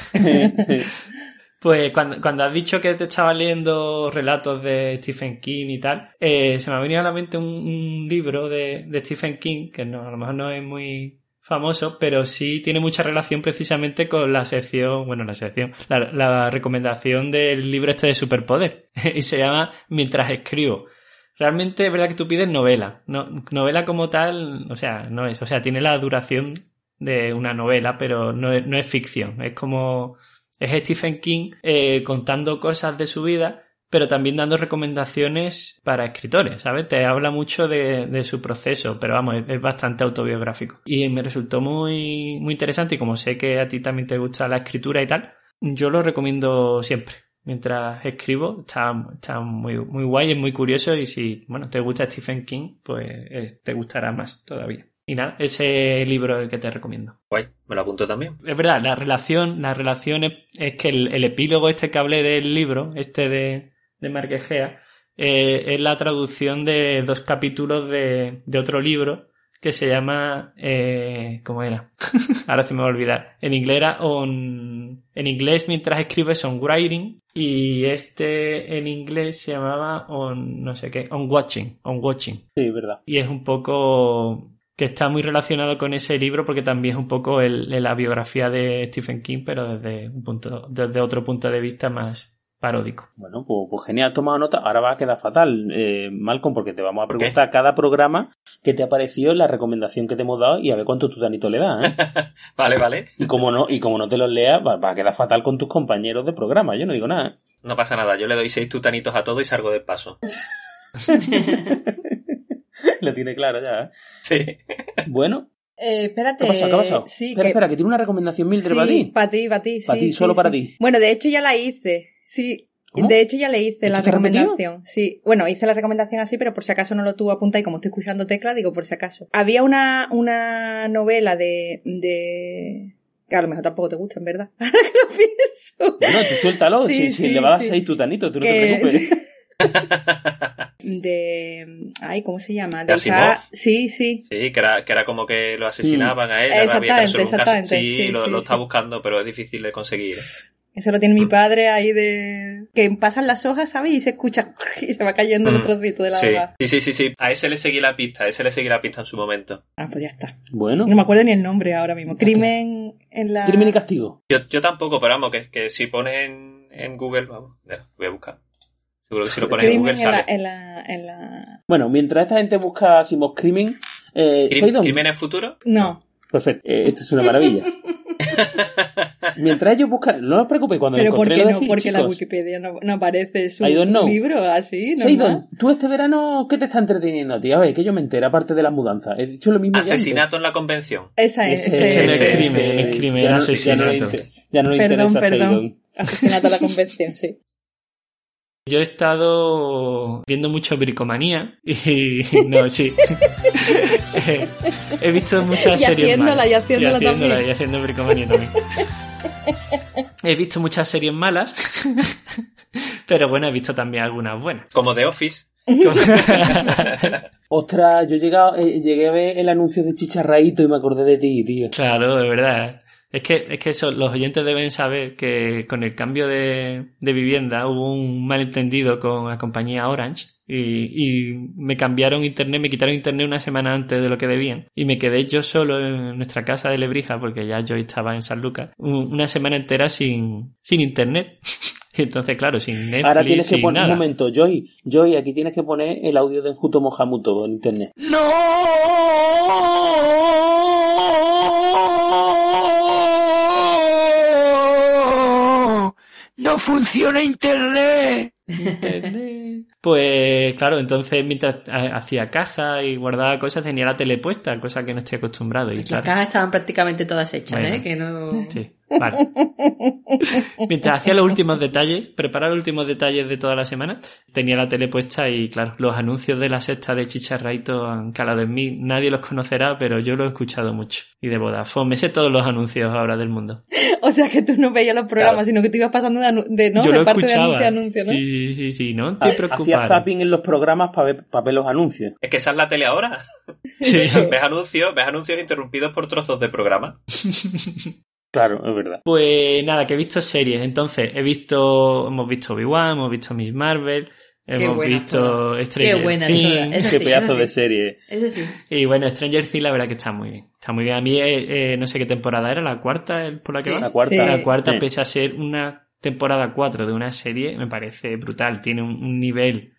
S5: Pues cuando, cuando has dicho que te estaba leyendo relatos de Stephen King y tal, eh, se me ha venido a la mente un, un libro de, de Stephen King, que no, a lo mejor no es muy famoso, pero sí tiene mucha relación precisamente con la sección, bueno, la sección, la, la recomendación del libro este de Superpoder, y se llama Mientras escribo. Realmente es verdad que tú pides novela, no, novela como tal, o sea, no es, o sea, tiene la duración de una novela, pero no es, no es ficción, es como es Stephen King eh, contando cosas de su vida, pero también dando recomendaciones para escritores, ¿sabes? Te habla mucho de, de su proceso, pero vamos, es, es bastante autobiográfico. Y me resultó muy, muy interesante y como sé que a ti también te gusta la escritura y tal, yo lo recomiendo siempre. Mientras escribo, está, está muy, muy guay, es muy curioso y si, bueno, te gusta Stephen King, pues eh, te gustará más todavía. Y nada, ese libro es el que te recomiendo
S2: Guay, me lo apunto también.
S5: es verdad, la relación, la relación es, es que el, el epílogo este que hablé del libro, este de, de Marquejea, eh, es la traducción de dos capítulos de, de otro libro que se llama, eh, ¿cómo era? Ahora se me va a olvidar. En inglés era on, en inglés mientras escribes on writing y este en inglés se llamaba on, no sé qué, on watching, on watching
S3: sí, verdad.
S5: y es un poco que está muy relacionado con ese libro porque también es un poco el- el- la biografía de Stephen King pero desde un punto desde otro punto de vista más paródico
S3: Bueno, pues, pues genial, has tomado nota. Ahora va a quedar fatal, eh, Malcolm, porque te vamos a preguntar a cada programa que te ha parecido la recomendación que te hemos dado y a ver cuánto tu danito le da, ¿eh?
S2: Vale, vale.
S3: Y como no, y como no te los leas, va, va a quedar fatal con tus compañeros de programa. Yo no digo nada. ¿eh?
S2: No pasa nada, yo le doy seis tutanitos a todo y salgo del paso.
S3: Lo tiene claro ya. ¿eh?
S2: Sí.
S3: Bueno,
S6: Eh, espérate.
S3: ¿qué ha pasado? ¿Qué ha pasado?
S6: Sí,
S3: espera,
S6: que-
S3: espera, que tiene una recomendación Mildred para
S6: sí,
S3: ti.
S6: para ti, para ti.
S3: Pa'
S6: sí,
S3: ti,
S6: sí,
S3: solo para
S6: sí.
S3: ti.
S6: Bueno, de hecho ya la hice, sí.
S3: ¿Cómo?
S6: De hecho ya le hice
S3: ¿Esto
S6: la
S3: te has repetido?
S6: recomendación. Sí, bueno, hice la recomendación así, pero por si acaso no lo tuve apuntado y como estoy escuchando tecla, digo por si acaso. Había una, una novela de, de... Que a lo mejor tampoco te gusta, en verdad. Ahora que lo pienso.
S3: Bueno, tú suéltalo.
S6: Sí,
S3: si, si
S6: sí,
S3: le vas
S6: sí.
S3: a dar ahí tu danito, tú no
S6: Que-
S3: te preocupes.
S6: de... Ay, ¿cómo se llama?
S2: De Asimov.
S6: Isaac- Sí, sí.
S2: Sí, que era, que era como que lo asesinaban a él, ahora había que
S6: Exactamente,
S2: resolver un caso.
S6: exactamente.
S2: Sí,
S6: Sí,
S2: lo,
S6: sí,
S2: lo
S6: sí.
S2: está buscando, pero es difícil de conseguir.
S6: Eso lo
S3: Mm.
S6: tiene mi padre ahí de... Que pasan las hojas, ¿sabes? Y se escucha... Y se va cayendo el
S2: Mm.
S6: trocito de la
S2: Sí.
S6: hoja.
S2: sí, sí, sí, sí. A ese le seguí la pista, a ese le seguí la pista en su momento.
S6: Ah, pues ya está.
S3: Bueno,
S6: No me acuerdo ni el nombre ahora mismo. Crimen en la...
S3: crimen y castigo.
S2: Yo, yo tampoco, pero vamos, que, que si pones en, en Google, vamos, mira, voy a buscar. Seguro que si lo pones en
S6: Crimen
S2: Google
S6: en la,
S2: sale.
S6: en la... en la-
S3: Bueno, mientras esta gente busca Simos Crimen, eh,
S2: Crim-
S3: Seidon,
S2: ¿Crimen en futuro?
S6: No,
S3: Perfecto, Eh, esto es una maravilla. Mientras ellos buscan, no os preocupéis cuando
S6: pero
S3: lo
S6: ¿por
S3: encontré
S6: qué
S3: lo
S6: no?
S3: decís,
S6: Porque la
S3: chicos.
S6: Wikipedia no, no aparece su
S3: I don't know.
S6: libro así, ¿no?
S3: Seidon, tú este verano, ¿qué te está entreteniendo a ti? A ver, que yo me entero, aparte de las mudanzas. He dicho lo mismo. ya antes.
S2: Asesinato en la convención.
S6: Esa es.
S3: Ese-
S6: ese-
S5: que no es
S2: ese-
S5: crimen,
S3: ese-
S5: no es crimen,
S3: ya no- Ya
S5: asesinato.
S3: no le, inter- ya no le
S6: Perdón,
S3: interesa a
S6: perdón.
S3: Seidon.
S6: Asesinato a la convención, sí.
S5: yo he estado viendo mucho bricomanía y no sí Eh, he visto muchas
S6: Y
S5: series
S6: haciéndola,
S5: malas
S6: y haciéndola también.
S5: y haciendo bricomanía también he visto muchas series malas pero bueno he visto también algunas buenas
S2: Como The Office.
S3: Ostras, yo he llegado- eh, llegué a ver el anuncio de Chicharraito y me acordé de ti, tío.
S5: Claro, de verdad. Es que, es que eso, los oyentes deben saber que con el cambio de, de vivienda hubo un malentendido con la compañía Orange y, y me cambiaron internet, me quitaron internet una semana antes de lo que debían y me quedé yo solo en nuestra casa de Lebrija porque ya yo estaba en San Lucas un- una semana entera sin, sin internet. Y entonces, claro, sin Netflix,
S3: Ahora tienes que
S5: sin
S3: poner. Un
S5: nada.
S3: momento, Joy, Joy, aquí tienes que poner el audio de Enjuto Mohamuto en internet.
S11: ¡No! ¡No funciona Internet!
S5: Pues claro, entonces mientras ha- hacía caja y guardaba cosas tenía la tele puesta, cosa que no estoy acostumbrado. Y
S4: Las
S5: claro,
S4: cajas estaban prácticamente todas hechas,
S5: Bueno.
S4: ¿eh? Que no...
S5: sí, vale. Mientras hacía los últimos detalles, preparaba los últimos detalles de toda la semana, tenía la tele puesta y claro, los anuncios de la sexta de Chicharraito han calado en mí. Nadie los conocerá, pero yo los he escuchado mucho. Y de Vodafone, me sé todos los anuncios ahora del mundo.
S6: O sea que tú no veías los programas, sino que te ibas pasando de, anu- de, ¿no?
S5: yo
S6: de
S5: lo
S6: parte
S5: escuchaba.
S6: de anuncio a anuncio, ¿no?
S5: Sí, sí, sí, no te
S3: Hacía
S5: preocupes.
S3: zapping en los programas para ver, pa' ver los anuncios.
S2: Es que esa es la tele ahora.
S5: Sí.
S2: Ves anuncios, ves anuncios interrumpidos por trozos de programa.
S3: Claro, es verdad.
S5: Pues nada, que he visto series. Entonces, he visto, hemos visto Obi-Wan, hemos visto Miss Marvel, hemos
S4: buenas
S5: visto
S4: todas.
S5: Stranger
S4: Qué buenas
S5: Things.
S4: todas. Eso
S3: Qué
S4: sí,
S3: pedazo
S4: eso sí.
S3: de serie.
S4: Eso sí.
S5: Y bueno, Stranger Things la verdad que está muy bien. Está muy bien. A mí, eh, eh, no sé qué temporada era, la cuarta eh, por la que
S4: Sí.
S5: va.
S3: La cuarta.
S6: Sí.
S5: La cuarta,
S3: Sí.
S5: pese a ser una temporada 4 de una serie, me parece brutal. Tiene un, un nivel,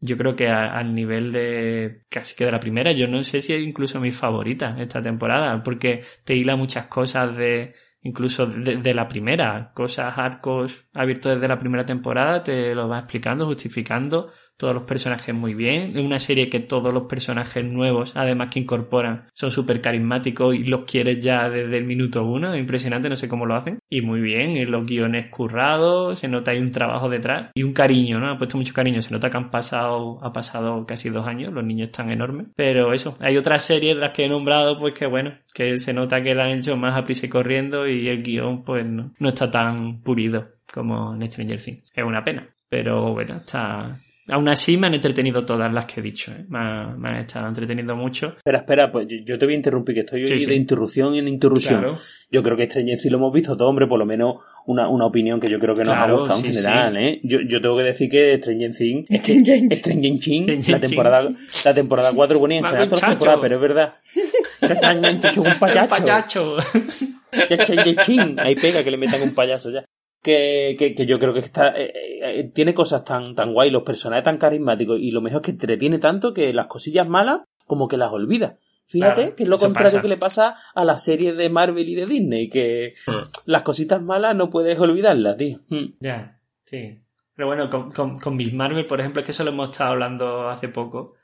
S5: yo creo que a- al nivel de casi que de la primera. Yo no sé si es incluso mi favorita esta temporada, porque te hila muchas cosas de incluso de, de la primera, cosas arcos abiertos desde la primera temporada, te lo va explicando, justificando todos los personajes muy bien. Es una serie que todos los personajes nuevos, además que incorporan, son súper carismáticos y los quieres ya desde el minuto uno. Es impresionante, no sé cómo lo hacen. Y muy bien, eh, los guiones currados, se nota hay un trabajo detrás y un cariño, ¿no? Ha puesto mucho cariño. Se nota que han pasado, ha pasado casi dos años, los niños están enormes. Pero eso, hay otras series de las que he nombrado, pues que bueno, que se nota que la han hecho más a prisa y corriendo y el guión, pues no, no está tan pulido como en Stranger Things. Es una pena. Pero bueno, está, Aún así me han entretenido todas las que he dicho, ¿eh? me, han, me han estado entreteniendo mucho.
S3: Espera, espera, pues yo, yo te voy a interrumpir, que estoy
S5: Sí,
S3: hoy
S5: sí.
S3: de interrupción en interrupción.
S5: Claro,
S3: Yo creo que Stranger Things lo hemos visto todo, hombre, por lo menos una, una opinión que yo creo que nos
S5: Claro,
S3: ha gustado
S5: sí,
S3: en general, ¿eh? Yo, yo tengo que decir que Stranger Things, Stranger Things, la
S5: Stranger
S3: temporada, la temporada 4, bueno, y en
S5: Más
S3: general todas las
S5: muchacho.
S3: temporadas, pero es verdad. Stranger Things, un
S5: El
S3: payacho.
S5: payacho.
S3: Ya Stranger Things, ahí pega que le metan un payaso ya. Que, que, que yo creo que está eh, eh, tiene cosas tan, tan guay, los personajes tan carismáticos, y lo mejor es que entretiene tanto que las cosillas malas como que las olvida. Fíjate
S5: Claro,
S3: que es lo
S5: eso
S3: contrario
S5: pasa.
S3: que le pasa a las series de Marvel y de Disney, que
S5: Hmm.
S3: las cositas malas no puedes olvidarlas, tío. Mm.
S5: ya, sí. Pero bueno, con, con, con Miss Marvel, por ejemplo, es que eso lo hemos estado hablando hace poco.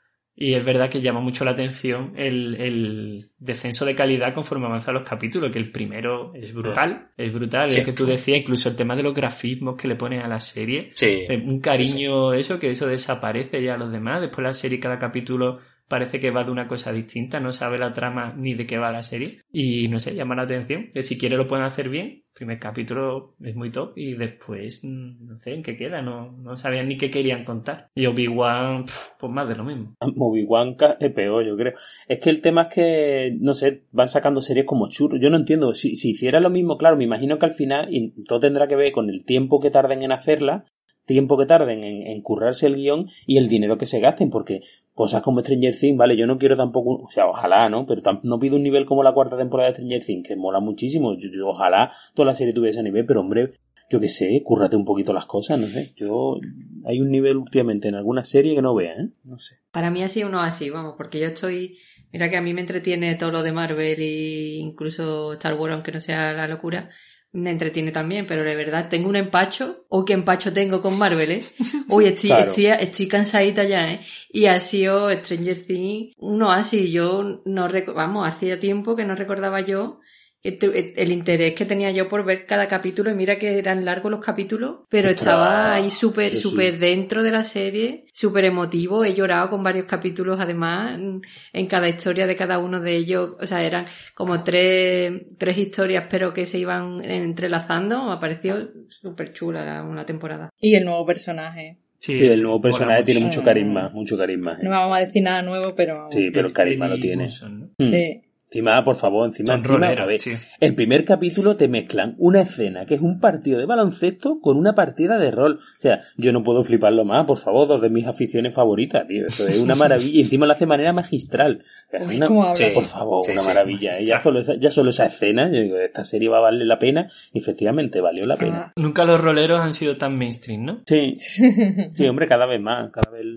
S5: Y es verdad que llama mucho la atención el, el descenso de calidad conforme avanzan los capítulos, que el primero es brutal, es brutal,
S2: Sí.
S5: es que tú decías, incluso el tema de los grafismos que le pones a la serie,
S2: Sí.
S5: Eh, un cariño eso que eso desaparece ya a los demás después la serie cada capítulo parece que va de una cosa distinta no sabe la trama ni de qué va la serie y no sé llama la atención que si quiere lo pueden hacer bien primer capítulo es muy top y después mm, no sé en qué queda no, no sabían ni qué querían contar y Obi-Wan pf, pues más de lo mismo
S3: Moviwanka es peor, yo creo. Es que el tema es que, no sé, van sacando series como churros. Yo no entiendo. Si, si hiciera lo mismo, claro, me imagino que al final y todo tendrá que ver con el tiempo que tarden en hacerla, tiempo que tarden en, en currarse el guión y el dinero que se gasten, porque cosas como Stranger Things, vale, yo no quiero tampoco, o sea, ojalá, ¿no? Pero tam- no pido un nivel como la cuarta temporada de Stranger Things, que mola muchísimo. Yo, yo ojalá toda la serie tuviese nivel, pero hombre, yo qué sé, cúrrate un poquito las cosas, no sé. Yo, hay un nivel últimamente en alguna serie que no vea, ¿eh? No sé.
S4: Para mí así uno así, vamos, porque yo estoy... Mira que a mí me entretiene todo lo de Marvel e incluso Star Wars, aunque no sea la locura, me entretiene también, pero de verdad tengo un empacho, o qué empacho tengo con Marvel, ¿eh? Uy, estoy,
S3: Claro.
S4: estoy, estoy cansadita ya, ¿eh? Y ha sido Stranger Things uno así, yo no reco- vamos, hacía tiempo que no recordaba yo este- el interés que tenía yo por ver cada capítulo, y mira que eran largos los capítulos, pero
S3: Ostras,
S4: estaba ahí súper,
S3: yo sí.
S4: súper dentro de la serie, súper emotivo. He llorado con varios capítulos, además, en- en cada historia de cada uno de ellos. O sea, eran como tres, tres historias, pero que se iban entrelazando. Me pareció súper chula la- una temporada.
S6: Y el nuevo personaje.
S3: Sí, el nuevo
S5: mola
S3: personaje tiene
S6: mucho.
S3: mucho carisma, mucho carisma. ¿eh?
S6: No vamos a decir nada nuevo, pero vamos.
S3: Sí, pero el carisma
S5: Eddie
S3: lo tiene.
S5: Wilson, ¿no?
S3: Mm.
S6: Sí. Ah.
S3: Encima, por favor, encima.
S5: Son
S3: encima a
S5: roleros,
S3: ver,
S5: sí.
S3: El primer capítulo te mezclan una escena que es un partido de baloncesto con una partida de rol. O sea, yo no puedo fliparlo más, por favor, dos de mis aficiones favoritas, tío. Eso es una maravilla. Y encima lo hace de manera magistral. Es
S10: Uy,
S3: una-
S10: cómo habla.
S3: por favor,
S2: Sí,
S3: una
S2: sí,
S3: maravilla. ¿eh? Ya,
S5: magistral.
S3: solo esa, ya solo esa escena, yo digo, esta serie va a valer la pena. Y efectivamente, valió la pena.
S10: Ah,
S5: Nunca los roleros han sido tan mainstream, ¿no?
S3: Sí, sí, hombre, cada vez más. Cada vez,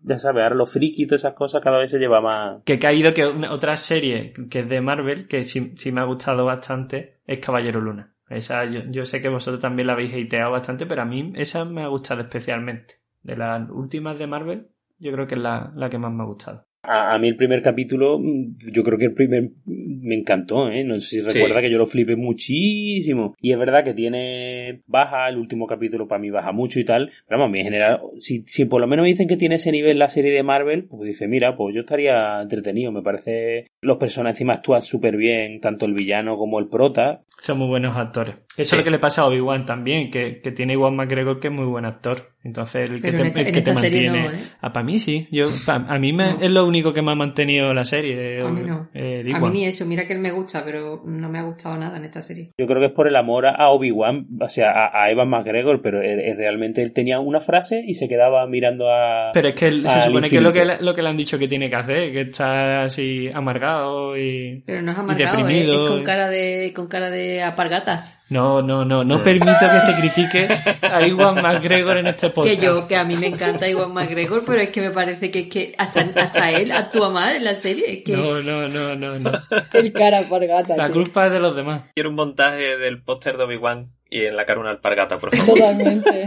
S3: ya sabes, ahora los frikis y todas esas cosas cada vez se lleva más.
S5: Que he caído que una- otra serie que es de Marvel, que sí, sí me ha gustado bastante, es Caballero Luna. Esa yo, yo sé que vosotros también la habéis hateado bastante, pero a mí esa me ha gustado especialmente. De las últimas de Marvel, yo creo que es la, la que más me ha gustado.
S3: A, a mí el primer capítulo, mm, yo creo que el primer mm, me encantó, ¿eh? No sé si
S2: Sí.
S3: recuerda que yo lo flipé muchísimo. Y es verdad que tiene baja, el último capítulo para mí baja mucho y tal. Pero vamos, a mí en general, si, si por lo menos me dicen que tiene ese nivel la serie de Marvel, pues dice, mira, pues yo estaría entretenido. Me parece, los personajes encima actúan súper bien, tanto el villano como el prota.
S5: Son muy buenos actores. Eso
S2: Sí.
S5: es lo que le pasa a Obi-Wan también, que, que tiene Iwan McGregor que es muy buen actor. Entonces, el que
S10: Pero
S5: te,
S10: en esta-
S5: el
S10: en
S5: que te
S10: esta serie
S5: mantiene.
S10: no, ¿eh?
S5: Ah, para mí sí. Yo, pa- a mí me-
S10: No.
S5: es lo único que me ha mantenido la serie. eh,
S10: A mí no.
S5: eh, el
S10: A mí
S5: Iwan.
S10: ni eso, mira que él me gusta, pero no me ha gustado nada en esta serie.
S3: Yo creo que es por el amor a- a Obi-Wan, o sea, a, a Evan McGregor, pero él- él realmente él tenía una frase y se quedaba mirando a...
S5: Pero es que él- se
S3: Al
S5: supone que es lo que,
S3: infinito.
S5: le- lo que le han dicho que tiene que hacer, que está así amargado y...
S10: Pero no es amargado, ¿eh? es,
S5: deprimido,
S10: con
S5: eh.
S10: cara de con cara de apargata.
S5: No, no, no, no permito que se critique a Iwan McGregor en este podcast.
S10: Que yo, que a mí me encanta Iwan McGregor, pero es que me parece que, es que hasta, hasta él actúa mal en la serie. es que
S5: No, no, no, no, no.
S6: El cara por gata.
S5: La
S6: tío.
S5: culpa es de los demás.
S2: Quiero un montaje del póster de Obi-Wan y en la cara una alpargata, por favor.
S6: Totalmente.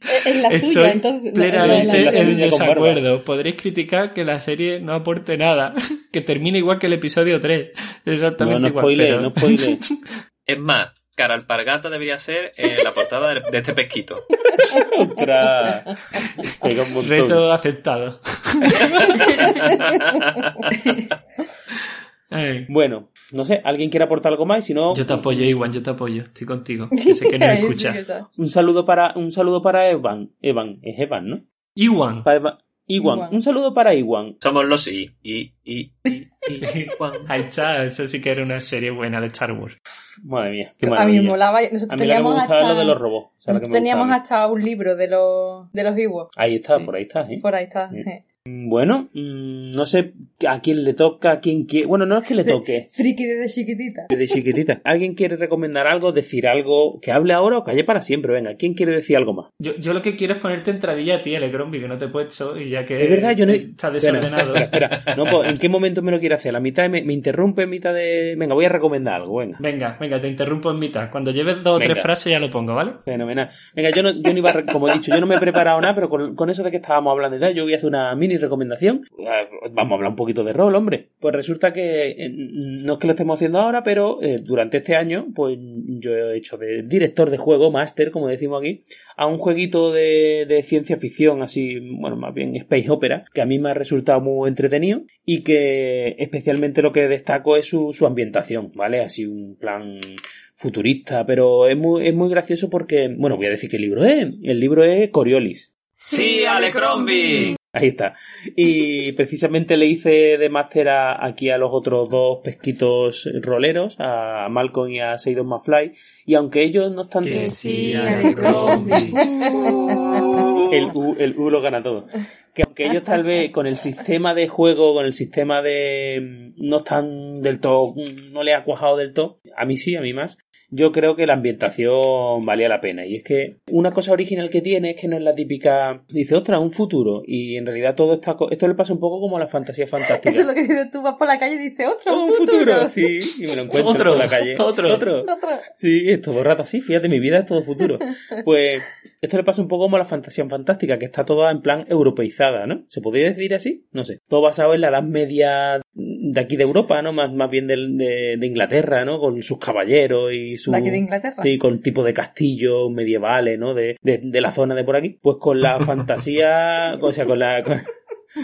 S6: Es, es la
S5: Estoy
S6: suya, entonces. no, es la de la-
S5: plenamente
S3: la suya
S5: en
S3: con barba.
S5: desacuerdo. Podréis criticar que la serie no aporte nada, que termine igual que el episodio 3. Exactamente
S3: No, no
S5: igual.
S3: spoiler,
S5: pero-
S3: no spoiler.
S2: Es más, cara alpargata debería ser eh, la portada de de este pesquito.
S3: Ostras. Pega un montón.
S5: Reto aceptado. Ay,
S3: Bueno, no sé, ¿alguien quiere aportar algo más? Y Si no,
S5: Yo te apoyo, Iwan, yo te apoyo. Estoy contigo. Que sé que no me
S6: Ahí sí que
S5: escuchas.
S6: está.
S3: un saludo para un saludo para Evan. Evan, es Evan, ¿no?
S5: Iwan.
S3: Para Evan. Iwan.
S6: Iwan.
S3: Un saludo para Iwan.
S2: Somos los I, I, I, I, I, Juan.
S5: Ahí está, eso sí que era una serie buena de Star Wars.
S3: Madre mía, qué
S6: A mí
S3: maravilla.
S6: me molaba. Nosotros
S3: A mí lo que me
S6: teníamos
S3: gustaba
S6: hasta...
S3: es lo de los robots. o sea, lo que me
S6: nosotros
S3: gustaba
S6: teníamos
S3: a mí.
S6: hasta un libro de los, de los Ewoks.
S3: Ahí está, por ahí está, ¿eh?
S6: Por ahí está.
S3: Sí.
S6: eh.
S3: Bueno, mm, no sé a quién le toca, a quién quiere. Bueno, no es que le toque.
S6: Friki desde chiquitita.
S3: Desde chiquitita. ¿Alguien quiere recomendar algo, decir algo, que hable ahora o calle para siempre? Venga, ¿quién quiere decir algo más?
S5: Yo, yo lo que quiero es ponerte entradilla a ti, Alecrombi, que no te he puesto y ya que
S3: Es verdad, yo no-
S5: está desordenado.
S3: Espera, no, pues, ¿en qué momento me lo quiere hacer? ¿La mitad me, me interrumpe en mitad de...? Venga, voy a recomendar algo, venga.
S5: Venga, venga, te interrumpo en mitad. Cuando lleves dos o
S3: Venga.
S5: tres frases ya lo pongo, ¿vale?
S3: Fenomenal. Venga, yo no, yo no iba a re- como he dicho, yo no me he preparado nada, pero con, con eso de que estábamos hablando y tal, yo voy a hacer una mini recomendación. Eh, Vamos a hablar un poquito de rol, hombre. Pues resulta que eh, no es que lo estemos haciendo ahora, pero eh, durante este año, pues yo he hecho de director de juego, máster, como decimos aquí, a un jueguito de, de ciencia ficción, así, bueno, más bien space opera, que a mí me ha resultado muy entretenido y que especialmente lo que destaco es su, su ambientación, ¿vale? Así un plan futurista, pero es muy, es muy gracioso porque, bueno, voy a decir qué libro es. El libro es Coriolis.
S2: ¡Sí, Alecrombi!
S3: Ahí está. Y precisamente le hice de máster a- aquí a los otros dos pesquitos roleros, a Malcolm y a Seidon Mafly. Y aunque ellos no están...
S5: Que
S10: sí,
S5: Alecrombi.
S3: El U, el U lo gana todo. Que aunque ellos tal vez con el sistema de juego, con el sistema de... mm, no están del todo, mm, no le ha cuajado del todo, a mí sí, a mí más, yo creo que la ambientación valía la pena. Y es que una cosa original que tiene es que no es la típica... Dice, otra, un futuro. Y en realidad todo está... co- Esto le pasa un poco como a la fantasía fantástica.
S6: Eso es lo que dices, tú vas por la calle y dices, otro,
S3: Oh,
S6: un futuro.
S3: sí. Y me lo encuentro
S5: Otro,
S3: por la calle.
S5: otro.
S3: Otro.
S6: Otro.
S3: Sí, es todo el rato así, fíjate, mi vida es todo futuro. Pues esto le pasa un poco como a la fantasía fantástica, que está toda en plan europeizada, ¿no? ¿Se podría decir así? No sé. Todo basado en la Edad Media de aquí de Europa, ¿no? Más, más bien del- de, de Inglaterra, ¿no? Con sus caballeros y su...
S6: De aquí de Inglaterra.
S3: Sí, con tipo de castillos medievales, ¿no? De, de- de la zona de por aquí. Pues con la fantasía, o sea, con la, con,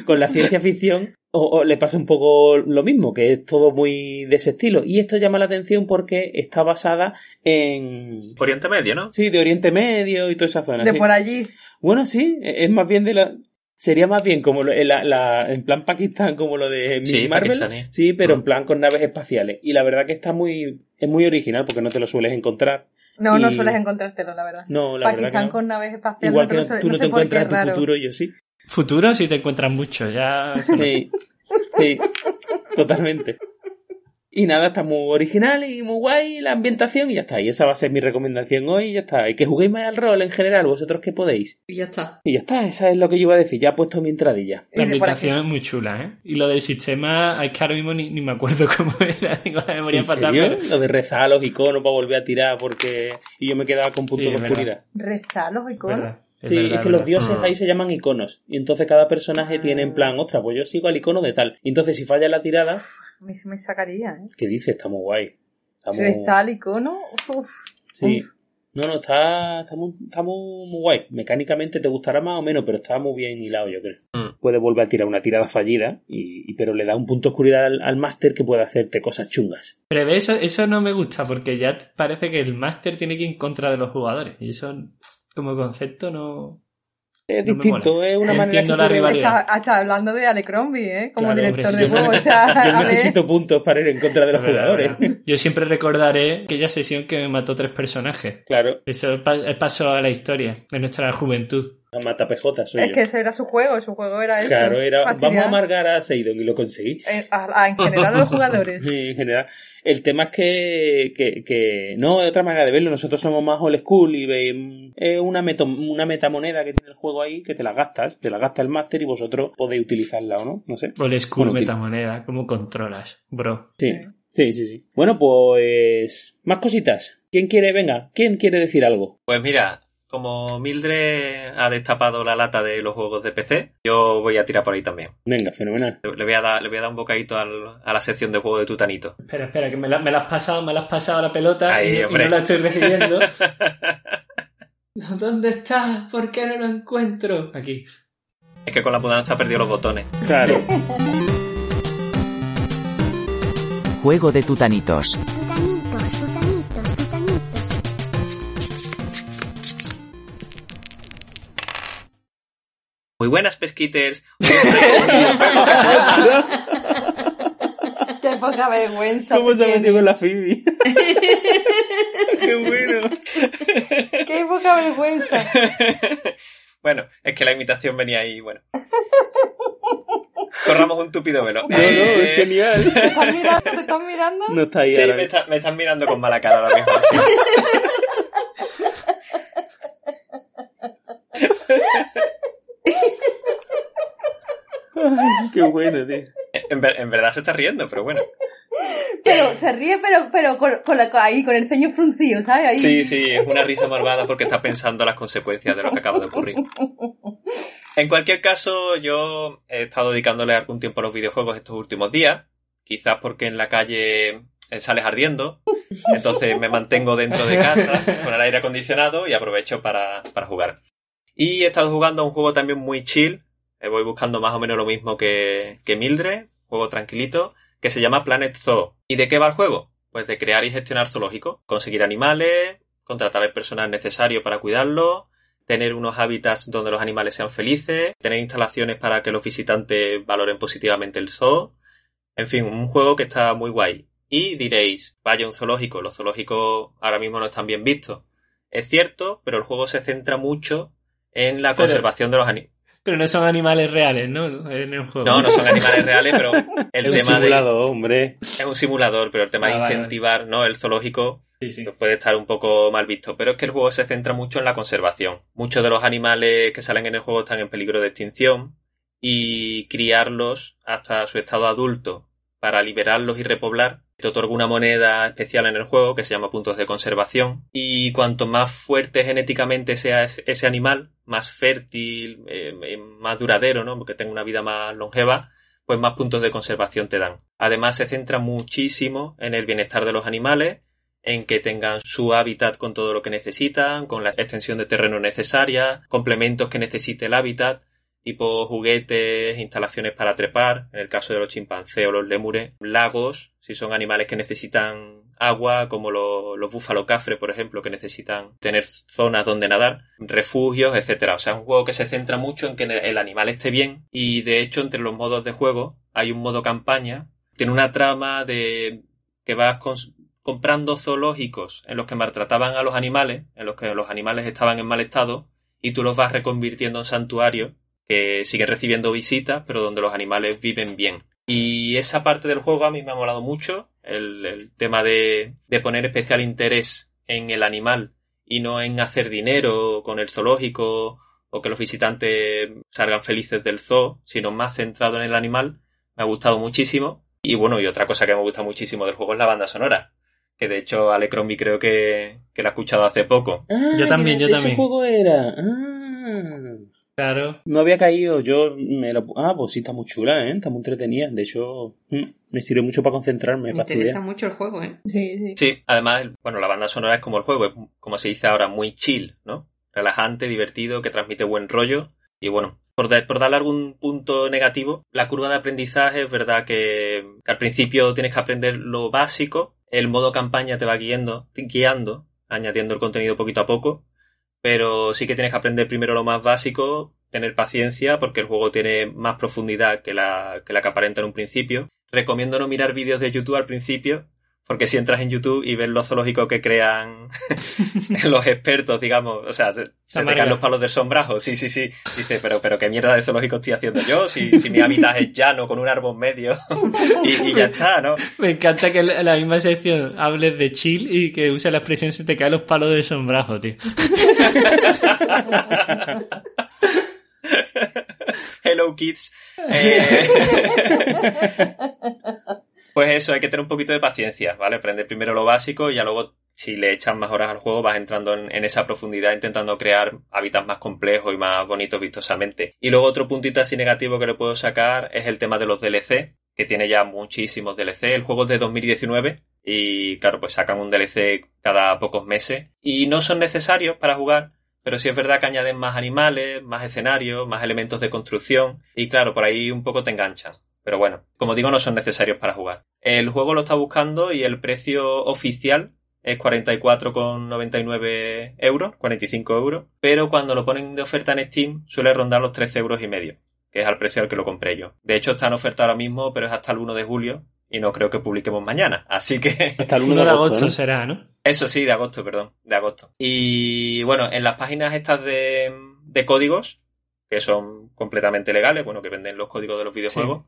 S3: con la ciencia ficción, o, o le pasa un poco lo mismo, que es todo muy de ese estilo. Y esto llama la atención porque está basada en...
S2: Oriente Medio, ¿no?
S3: Sí, de Oriente Medio y toda esa zona.
S6: De
S3: sí.
S6: por allí.
S3: Bueno, sí, es más bien de la... Sería más bien como lo- en, la- la- en plan Pakistán, como lo de Miss
S2: Sí,
S3: Marvel.
S2: pakistaní.
S3: Sí, pero en
S2: Mm.
S3: plan con naves espaciales. Y la verdad que está muy, es muy original porque no te lo sueles encontrar.
S6: No, no
S3: Y-
S6: sueles encontrártelo, la verdad.
S3: No, la verdad que
S6: Pakistán
S3: no.
S6: con naves espaciales.
S3: Igual que
S6: no te lo
S3: no-
S6: suele-
S3: tú no
S6: no
S3: te
S6: sé por qué,
S3: encuentras tu
S6: raro.
S3: futuro, yo sí.
S5: Futuro si te encuentras mucho, ya.
S3: Sí, sí, totalmente. Y nada, está muy original y muy guay la ambientación y ya está. Y esa va a ser mi recomendación hoy y ya está. Y que juguéis más al rol en general, vosotros que podéis.
S10: Y ya está.
S3: Y ya está, esa es lo que yo iba a decir. Ya he puesto mi entradilla.
S6: Y
S5: La
S6: de por aquí.
S5: ambientación es muy chula, ¿eh? Y lo del sistema, es que ahora mismo ni, ni me acuerdo cómo era, tengo la memoria
S3: ¿En
S5: fatal.
S3: serio?
S5: pero-
S3: Lo de rezar a los iconos para volver a tirar porque... Y yo me quedaba con puntos
S5: Sí,
S3: de
S5: es verdad.
S3: oscuridad.
S6: Rezar los iconos.
S5: Verdad,
S3: sí,
S5: verdad,
S3: es que
S5: verdad.
S3: los dioses
S2: Mm.
S3: ahí se llaman iconos. Y entonces cada personaje tiene en plan, ostras, pues yo sigo al icono de tal. Y entonces si falla la tirada,
S6: A mí se me sacaría, ¿eh?
S3: ¿qué dice? Está muy guay. Está muy-
S6: Rezar al icono. Uf.
S3: Sí. No, no, está, está, muy, está muy, muy guay. Mecánicamente te gustará más o menos, pero está muy bien hilado, yo creo.
S2: Mm.
S3: Puedes volver a tirar una tirada fallida, y, y- pero le da un punto de oscuridad al, al máster que puede hacerte cosas chungas.
S5: Pero ve, eso, eso no me gusta, porque ya parece que el máster tiene que ir en contra de los jugadores. Y eso, pff, como concepto, no.
S3: Es
S5: No me
S3: distinto,
S5: mola.
S3: es una
S5: No
S3: manera
S5: entiendo
S3: que tú
S5: la
S3: de-
S5: rivalidad.
S6: Está, está hablando de Alecrombie, ¿eh? Como
S3: Claro,
S6: director
S5: hombre, sí.
S6: de juego. O sea,
S3: Yo
S6: a ver.
S3: necesito puntos para ir en contra de los
S5: Verdad,
S3: jugadores.
S5: verdad. Yo siempre recordaré aquella sesión que me mató tres personajes.
S3: Claro,
S5: Eso pa- pasó a la historia de nuestra juventud.
S3: la mata PJ soy
S6: Es
S3: yo.
S6: que ese era su juego, su juego era eso.
S3: claro, era, vamos
S6: fastidiar.
S3: a amargar a Seidon y lo conseguí.
S6: En- a- a- en general a los jugadores.
S3: en general. El tema es que, que, que no es otra manera de verlo. Nosotros somos más old school y veis es una, meto- una metamoneda que tiene el juego ahí que te la gastas, te la gasta el máster y vosotros podéis utilizarla o no, no sé.
S5: Old school,
S3: Bueno, tío.
S5: metamoneda, ¿cómo controlas, bro?
S3: Sí, sí, sí, sí. Bueno, pues más cositas. ¿Quién quiere, venga, quién quiere decir algo?
S2: Pues mira, como Mildred ha destapado la lata de los juegos de PC, yo voy a tirar por ahí también.
S3: Venga, fenomenal.
S2: Le le voy a dar, le voy a dar un bocadito al- a la sección de juego de Tutanito.
S5: Espera, espera, que me la, me la has pasado, me la has pasado la pelota
S2: Ahí,
S5: y, no- y
S2: hombre.
S5: no la estoy recibiendo. ¿Dónde estás? ¿Por qué no lo encuentro? Aquí.
S2: Es que con la mudanza ha perdido los botones.
S3: Claro.
S12: Juego de tutanitos.
S9: Tutanitos, tutanitos, tutanitos.
S2: Muy buenas, pesquiters. Hoy os traigo un juego que se llama-
S6: Qué poca vergüenza.
S3: ¿Cómo
S6: se
S3: se ha
S6: tiene.
S3: metido con la Phoebe? Qué bueno.
S6: Qué poca vergüenza.
S2: bueno, es que la imitación venía ahí, bueno. Corramos un tupido velo.
S3: No, no, es
S2: Eh,
S3: genial.
S6: ¿Te estás mirando? ¿Te estás mirando?
S3: No está ahí
S2: Sí,
S3: ahora
S2: me, está- me están mirando con mala cara ahora mismo. sí.
S3: Ay, Qué bueno, tío.
S2: En, ver- en verdad se está riendo, pero bueno.
S6: Pero se ríe, pero, pero con, con la- ahí, con el ceño fruncido, ¿sabes? Ahí.
S2: Sí, sí, es una risa malvada porque está pensando las consecuencias de lo que acaba de ocurrir. En cualquier caso, yo he estado dedicándole algún tiempo a los videojuegos estos últimos días. Quizás porque en la calle eh, sales ardiendo. Entonces me mantengo dentro de casa con el aire acondicionado y aprovecho para, para jugar. Y he estado jugando a un juego también muy chill. eh, Voy buscando más o menos lo mismo que, que Mildred, juego tranquilito, que se llama Planet Zoo. ¿Y de qué va el juego? Pues de crear y gestionar zoológicos, conseguir animales, contratar el personal necesario para cuidarlos, tener unos hábitats donde los animales sean felices, tener instalaciones para que los visitantes valoren positivamente el zoo. En fin, un juego que está muy guay. Y diréis, vaya un zoológico, los zoológicos ahora mismo no están bien vistos. Es cierto, pero el juego se centra mucho en la
S5: Pero-
S2: conservación de los animales.
S5: Pero no son animales reales, ¿no? En el juego.
S2: No, no son animales reales, pero el
S3: Es un
S2: tema de...
S3: simulador, hombre.
S2: Es un simulador, pero el tema
S5: Ah,
S2: de
S5: vale, vale.
S2: incentivar, ¿no? El zoológico
S5: Sí, sí.
S2: que puede estar un poco mal visto, pero es que el juego se centra mucho en la conservación. Muchos de los animales que salen en el juego están en peligro de extinción y criarlos hasta su estado adulto para liberarlos y repoblar te otorga una moneda especial en el juego que se llama puntos de conservación y cuanto más fuerte genéticamente sea es- ese animal, más fértil, eh, eh, más duradero, ¿no? Porque tenga una vida más longeva, pues más puntos de conservación te dan. Además se centra muchísimo en el bienestar de los animales en que tengan su hábitat con todo lo que necesitan, con la extensión de terreno necesaria, complementos que necesite el hábitat. tipo juguetes, instalaciones para trepar, en el caso de los chimpancés o los lemures, lagos, si son animales que necesitan agua, como los, los búfalos cafres, por ejemplo, que necesitan tener zonas donde nadar, refugios, etcétera. O sea, es un juego que se centra mucho en que el animal esté bien y de hecho entre los modos de juego hay un modo campaña, tiene una trama de que vas con, comprando zoológicos en los que maltrataban a los animales, en los que los animales estaban en mal estado y tú los vas reconvirtiendo en santuarios que siguen recibiendo visitas, pero donde los animales viven bien. Y esa parte del juego a mí me ha molado mucho, el, el tema de, de, poner especial interés en el animal y no en hacer dinero con el zoológico o que los visitantes salgan felices del zoo, sino más centrado en el animal, me ha gustado muchísimo. Y bueno, y otra cosa que me gusta muchísimo del juego es la banda sonora, que de hecho Alecrombie creo que, que la ha escuchado hace poco.
S3: Ah,
S5: yo también, yo
S3: ese
S5: también.
S3: juego era? Ah. Claro. No había caído, yo me lo... Ah, pues sí, está muy chula, ¿eh? Está muy entretenida. De hecho, mm, me sirve mucho para concentrarme,
S4: Me
S3: para
S4: interesa
S3: estudiar.
S4: mucho el juego, ¿eh?
S6: Sí, sí.
S2: Sí, además, bueno, la banda sonora es como el juego, es como se dice ahora, muy chill, ¿no? Relajante, divertido, que transmite buen rollo. Y bueno, por, da- por darle algún punto negativo, la curva de aprendizaje es verdad que, que al principio tienes que aprender lo básico, el modo campaña te va guiando, guiando, añadiendo el contenido poquito a poco, pero sí que tienes que aprender primero lo más básico, tener paciencia, porque el juego tiene más profundidad que la que, la que aparenta en un principio. Recomiendo no mirar vídeos de YouTube al principio, porque si entras en YouTube y ves los zoológicos que crean los expertos, digamos, o sea, se, se te
S5: amarga.
S2: caen los palos del sombrajo, sí, sí, sí. Dices, pero, pero qué mierda de zoológico estoy haciendo yo, si, si mi hábitat es llano con un árbol en medio y, y ya está, ¿no?
S5: Me encanta que en la misma sección hables de chill y que usa la expresión se te caen los palos del sombrajo, tío.
S2: Hello Kids. Eh, pues eso, hay que tener un poquito de paciencia, ¿vale? Aprender primero lo básico y ya luego, si le echas más horas al juego, vas entrando en, en esa profundidad intentando crear hábitats más complejos y más bonitos vistosamente. Y luego otro puntito así negativo que le puedo sacar es el tema de los DLC, que tiene ya muchísimos DLC. El juego es de 2019 y, claro, pues sacan un DLC cada pocos meses y no son necesarios para jugar, pero sí es verdad que añaden más animales, más escenarios, más elementos de construcción y claro, por ahí un poco te enganchan. Pero bueno, como digo, no son necesarios para jugar. El juego lo está buscando y el precio oficial es 44,99 euros, 45 euros, pero cuando lo ponen de oferta en Steam suele rondar los 13 euros y medio, que es al precio al que lo compré yo. De hecho, está en oferta ahora mismo, pero es hasta el 1 de julio y no creo que publiquemos mañana, así que...
S3: Hasta el
S5: 1 de agosto
S3: ¿eh?
S5: será, ¿no?
S2: Eso sí, de agosto, perdón, de agosto. Y bueno, en las páginas estas de, de códigos, que son completamente legales, bueno, que venden los códigos de los videojuegos,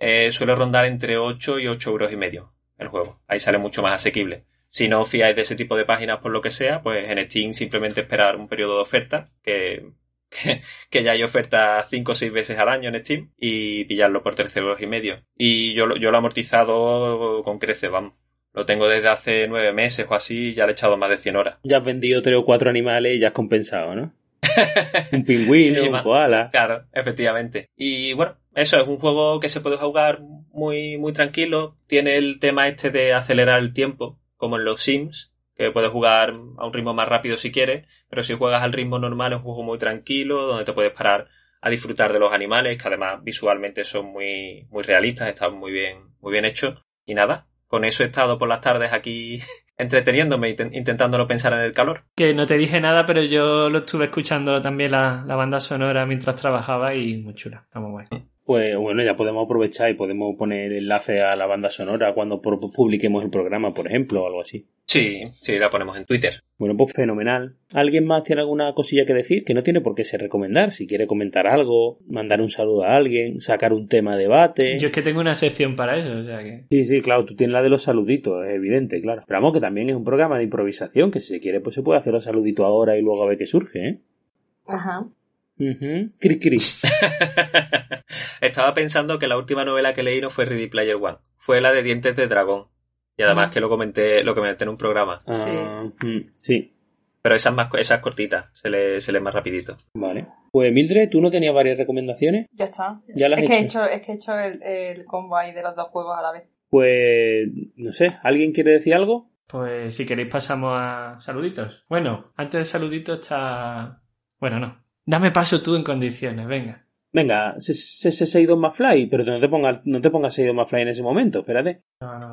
S2: eh, suele rondar entre 8 y 8 euros y medio el juego. Ahí sale mucho más asequible. Si no os fiáis de ese tipo de páginas por lo que sea, pues en Steam simplemente esperar un periodo de oferta, que, que, que ya hay oferta 5 o 6 veces al año en Steam, y pillarlo por 13 euros y medio. Y yo, lo- yo lo he amortizado con creces, vamos. Lo tengo desde hace nueve meses o así y ya le he echado más de 100 horas.
S3: Ya has vendido tres o cuatro animales y ya has compensado, ¿no? un pingüino,
S2: Sí,
S3: un
S2: ma-
S3: koala.
S2: Claro, efectivamente. Y bueno, eso es un juego que se puede jugar muy, muy tranquilo. Tiene el tema este de acelerar el tiempo, como en los Sims, que puedes jugar a un ritmo más rápido si quieres, pero si juegas al ritmo normal es un juego muy tranquilo, donde te puedes parar a disfrutar de los animales, que además visualmente son muy, muy realistas, están muy bien, muy bien hechos. Y nada, con eso he estado por las tardes aquí entreteniéndome, inten- intentando no pensar en el calor.
S5: Que no te dije nada, pero yo lo estuve escuchando también la, la banda sonora mientras trabajaba y muy chula, está muy guay.
S3: Pues bueno, ya podemos aprovechar y podemos poner enlace a la banda sonora cuando pro- publiquemos el programa, por ejemplo, o algo así.
S2: Sí, sí, la ponemos en Twitter.
S3: Bueno, pues fenomenal. ¿Alguien más tiene alguna cosilla que decir? Que no tiene por qué ser recomendar. Si quiere comentar algo, mandar un saludo a alguien, sacar un tema de debate.
S5: Yo es que tengo una sección para eso, o sea que...
S3: Sí, sí, claro, tú tienes la de los saluditos, es evidente, claro. Pero vamos, que también es un programa de improvisación, que si se quiere, pues se puede hacer los saluditos ahora y luego a ver qué surge, ¿eh?
S4: Ajá.
S3: Ujú. Cri, cri.
S2: Estaba pensando que la última novela que leí no fue Ready Player One, fue la de Dientes de Dragón. Y además
S4: Ah.
S2: que lo comenté, lo comenté en un programa.
S3: Ah, mm, sí,
S2: Pero esas más esas cortitas, se lee, se lee más rapidito.
S3: vale. Pues Mildred, ¿tú no tenías varias recomendaciones?
S6: Ya está.
S3: Ya las
S6: es
S3: he
S6: que he
S3: hecho.
S6: hecho, es que he hecho el, el combo ahí de los dos juegos a la vez.
S3: Pues, no sé, ¿alguien quiere decir algo?
S5: Pues si queréis pasamos a saluditos. Bueno, antes de saluditos está... Bueno, no. Dame paso tú en condiciones, venga.
S3: Venga, 662 más fly, pero no te pongas no te pongas 62 más fly en ese momento, espérate.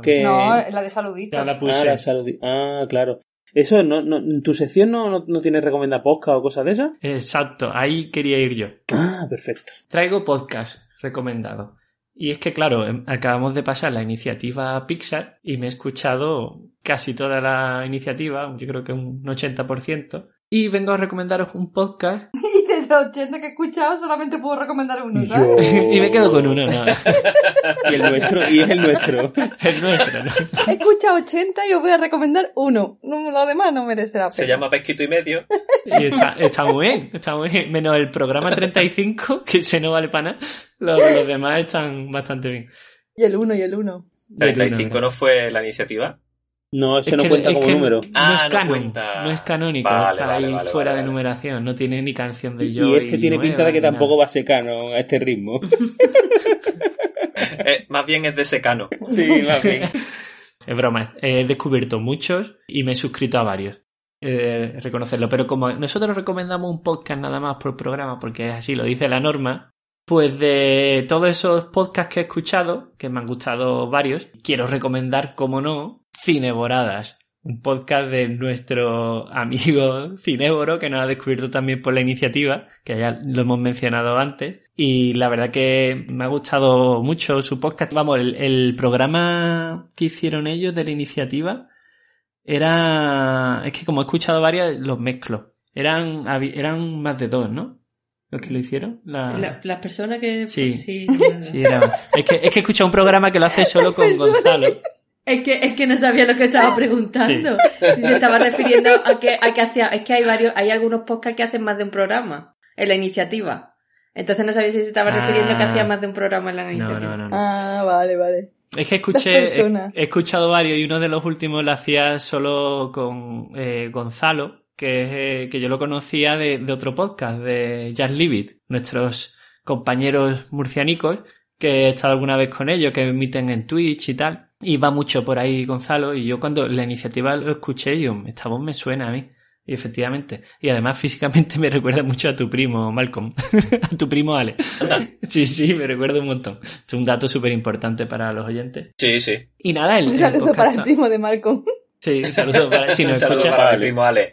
S3: que...
S6: No, es la de saludita.
S5: Ya la puse.
S3: Ah, la saludi- ah, claro. Eso, no, no, ¿en tu sección no, no, no tiene recomendada podcast o cosas de esas?
S5: Exacto, ahí quería ir yo.
S3: Ah, perfecto.
S5: Traigo podcast recomendado. Y es que, claro, em, acabamos de pasar la iniciativa Pixar y me he escuchado casi toda la iniciativa, yo creo que un 80%. Y vengo a recomendaros un podcast
S6: Y de los 80 que he escuchado solamente puedo recomendar uno, ¿sabes?
S5: y me quedo con uno, no,
S3: Y el nuestro, y es el nuestro.
S5: el nuestro, ¿no?
S6: He escuchado 80 y os voy a recomendar uno. No, lo demás no merece la pena.
S2: Se llama Pesquito y Medio.
S5: Y está, está muy bien, está muy bien. Menos el programa 35, que se no vale para nada. Los, los demás están bastante bien.
S6: Y el uno, y el uno.
S5: Y el
S2: 35
S5: uno,
S2: no fue la iniciativa.
S3: No, ese
S5: Es
S3: no
S5: que-
S3: cuenta
S5: es
S3: como
S5: que
S3: número.
S5: No es,
S2: Ah, no
S5: canon,
S2: cuenta.
S5: no es canónico,
S2: Vale,
S5: está
S2: vale,
S5: ahí
S2: vale,
S5: fuera
S2: vale,
S5: de
S2: vale.
S5: numeración, no tiene ni canción de
S3: Y,
S5: yo.
S3: este tiene pinta de que tampoco va a ser canon a este ritmo.
S2: Eh, más bien es de secano.
S3: Sí, más bien.
S5: Es broma, he descubierto muchos y me he suscrito a varios. He de reconocerlo, pero como nosotros recomendamos un podcast nada más por programa, porque es así, lo dice la norma, pues de todos esos podcasts que he escuchado, que me han gustado varios, quiero recomendar, como no, Cineboradas, un podcast de nuestro amigo Cinéboro, que nos ha descubierto también por la iniciativa, que ya lo hemos mencionado antes. Y la verdad que me ha gustado mucho su podcast. Vamos, el, el programa que hicieron ellos de la iniciativa era... Es que como he escuchado varias, los mezclo. Eran, habi- eran más de dos, ¿no? Los que lo hicieron. La-
S10: La- las personas que... pues,
S5: Sí.
S10: sí.
S5: Sí, era- Es que, es que he escuchado un programa que lo hace solo con Gonzalo.
S10: Es que, es que no sabía lo que estaba preguntando. Si se estaba refiriendo a que, a que hacía. Es que hay varios, hay algunos podcasts que hacen más de un programa en la iniciativa. Entonces no sabía si se estaba
S5: Ah.
S10: refiriendo a que hacía más de un programa en la
S5: No,
S10: iniciativa.
S5: no, no. no.
S6: Ah, vale, vale.
S5: Es que
S6: Las
S5: escuché, he,
S6: personas.
S5: he escuchado varios y uno de los últimos lo hacía solo con eh, Gonzalo, que, es, eh, que yo lo conocía de, de otro podcast, de Just Leave It, nuestros compañeros murcianicos, que he estado alguna vez con ellos, que emiten en Twitch y tal. Y va mucho por ahí Gonzalo, y yo cuando la iniciativa lo escuché, yo, esta voz me suena a mí. Y efectivamente. Y además físicamente me recuerda mucho a tu primo, Malcolm. a tu primo Ale. Sí, sí, me recuerda un montón. Es un dato súper importante para los oyentes.
S2: Sí, sí.
S5: Y nada, el,
S6: Un
S5: el
S6: saludo
S5: podcast
S6: para el
S5: está-
S6: primo de Marco.
S5: Sí, un saludo para si
S2: Un
S5: nos
S2: saludo
S5: escucha.
S2: para mi
S3: Ale.
S2: primo Ale.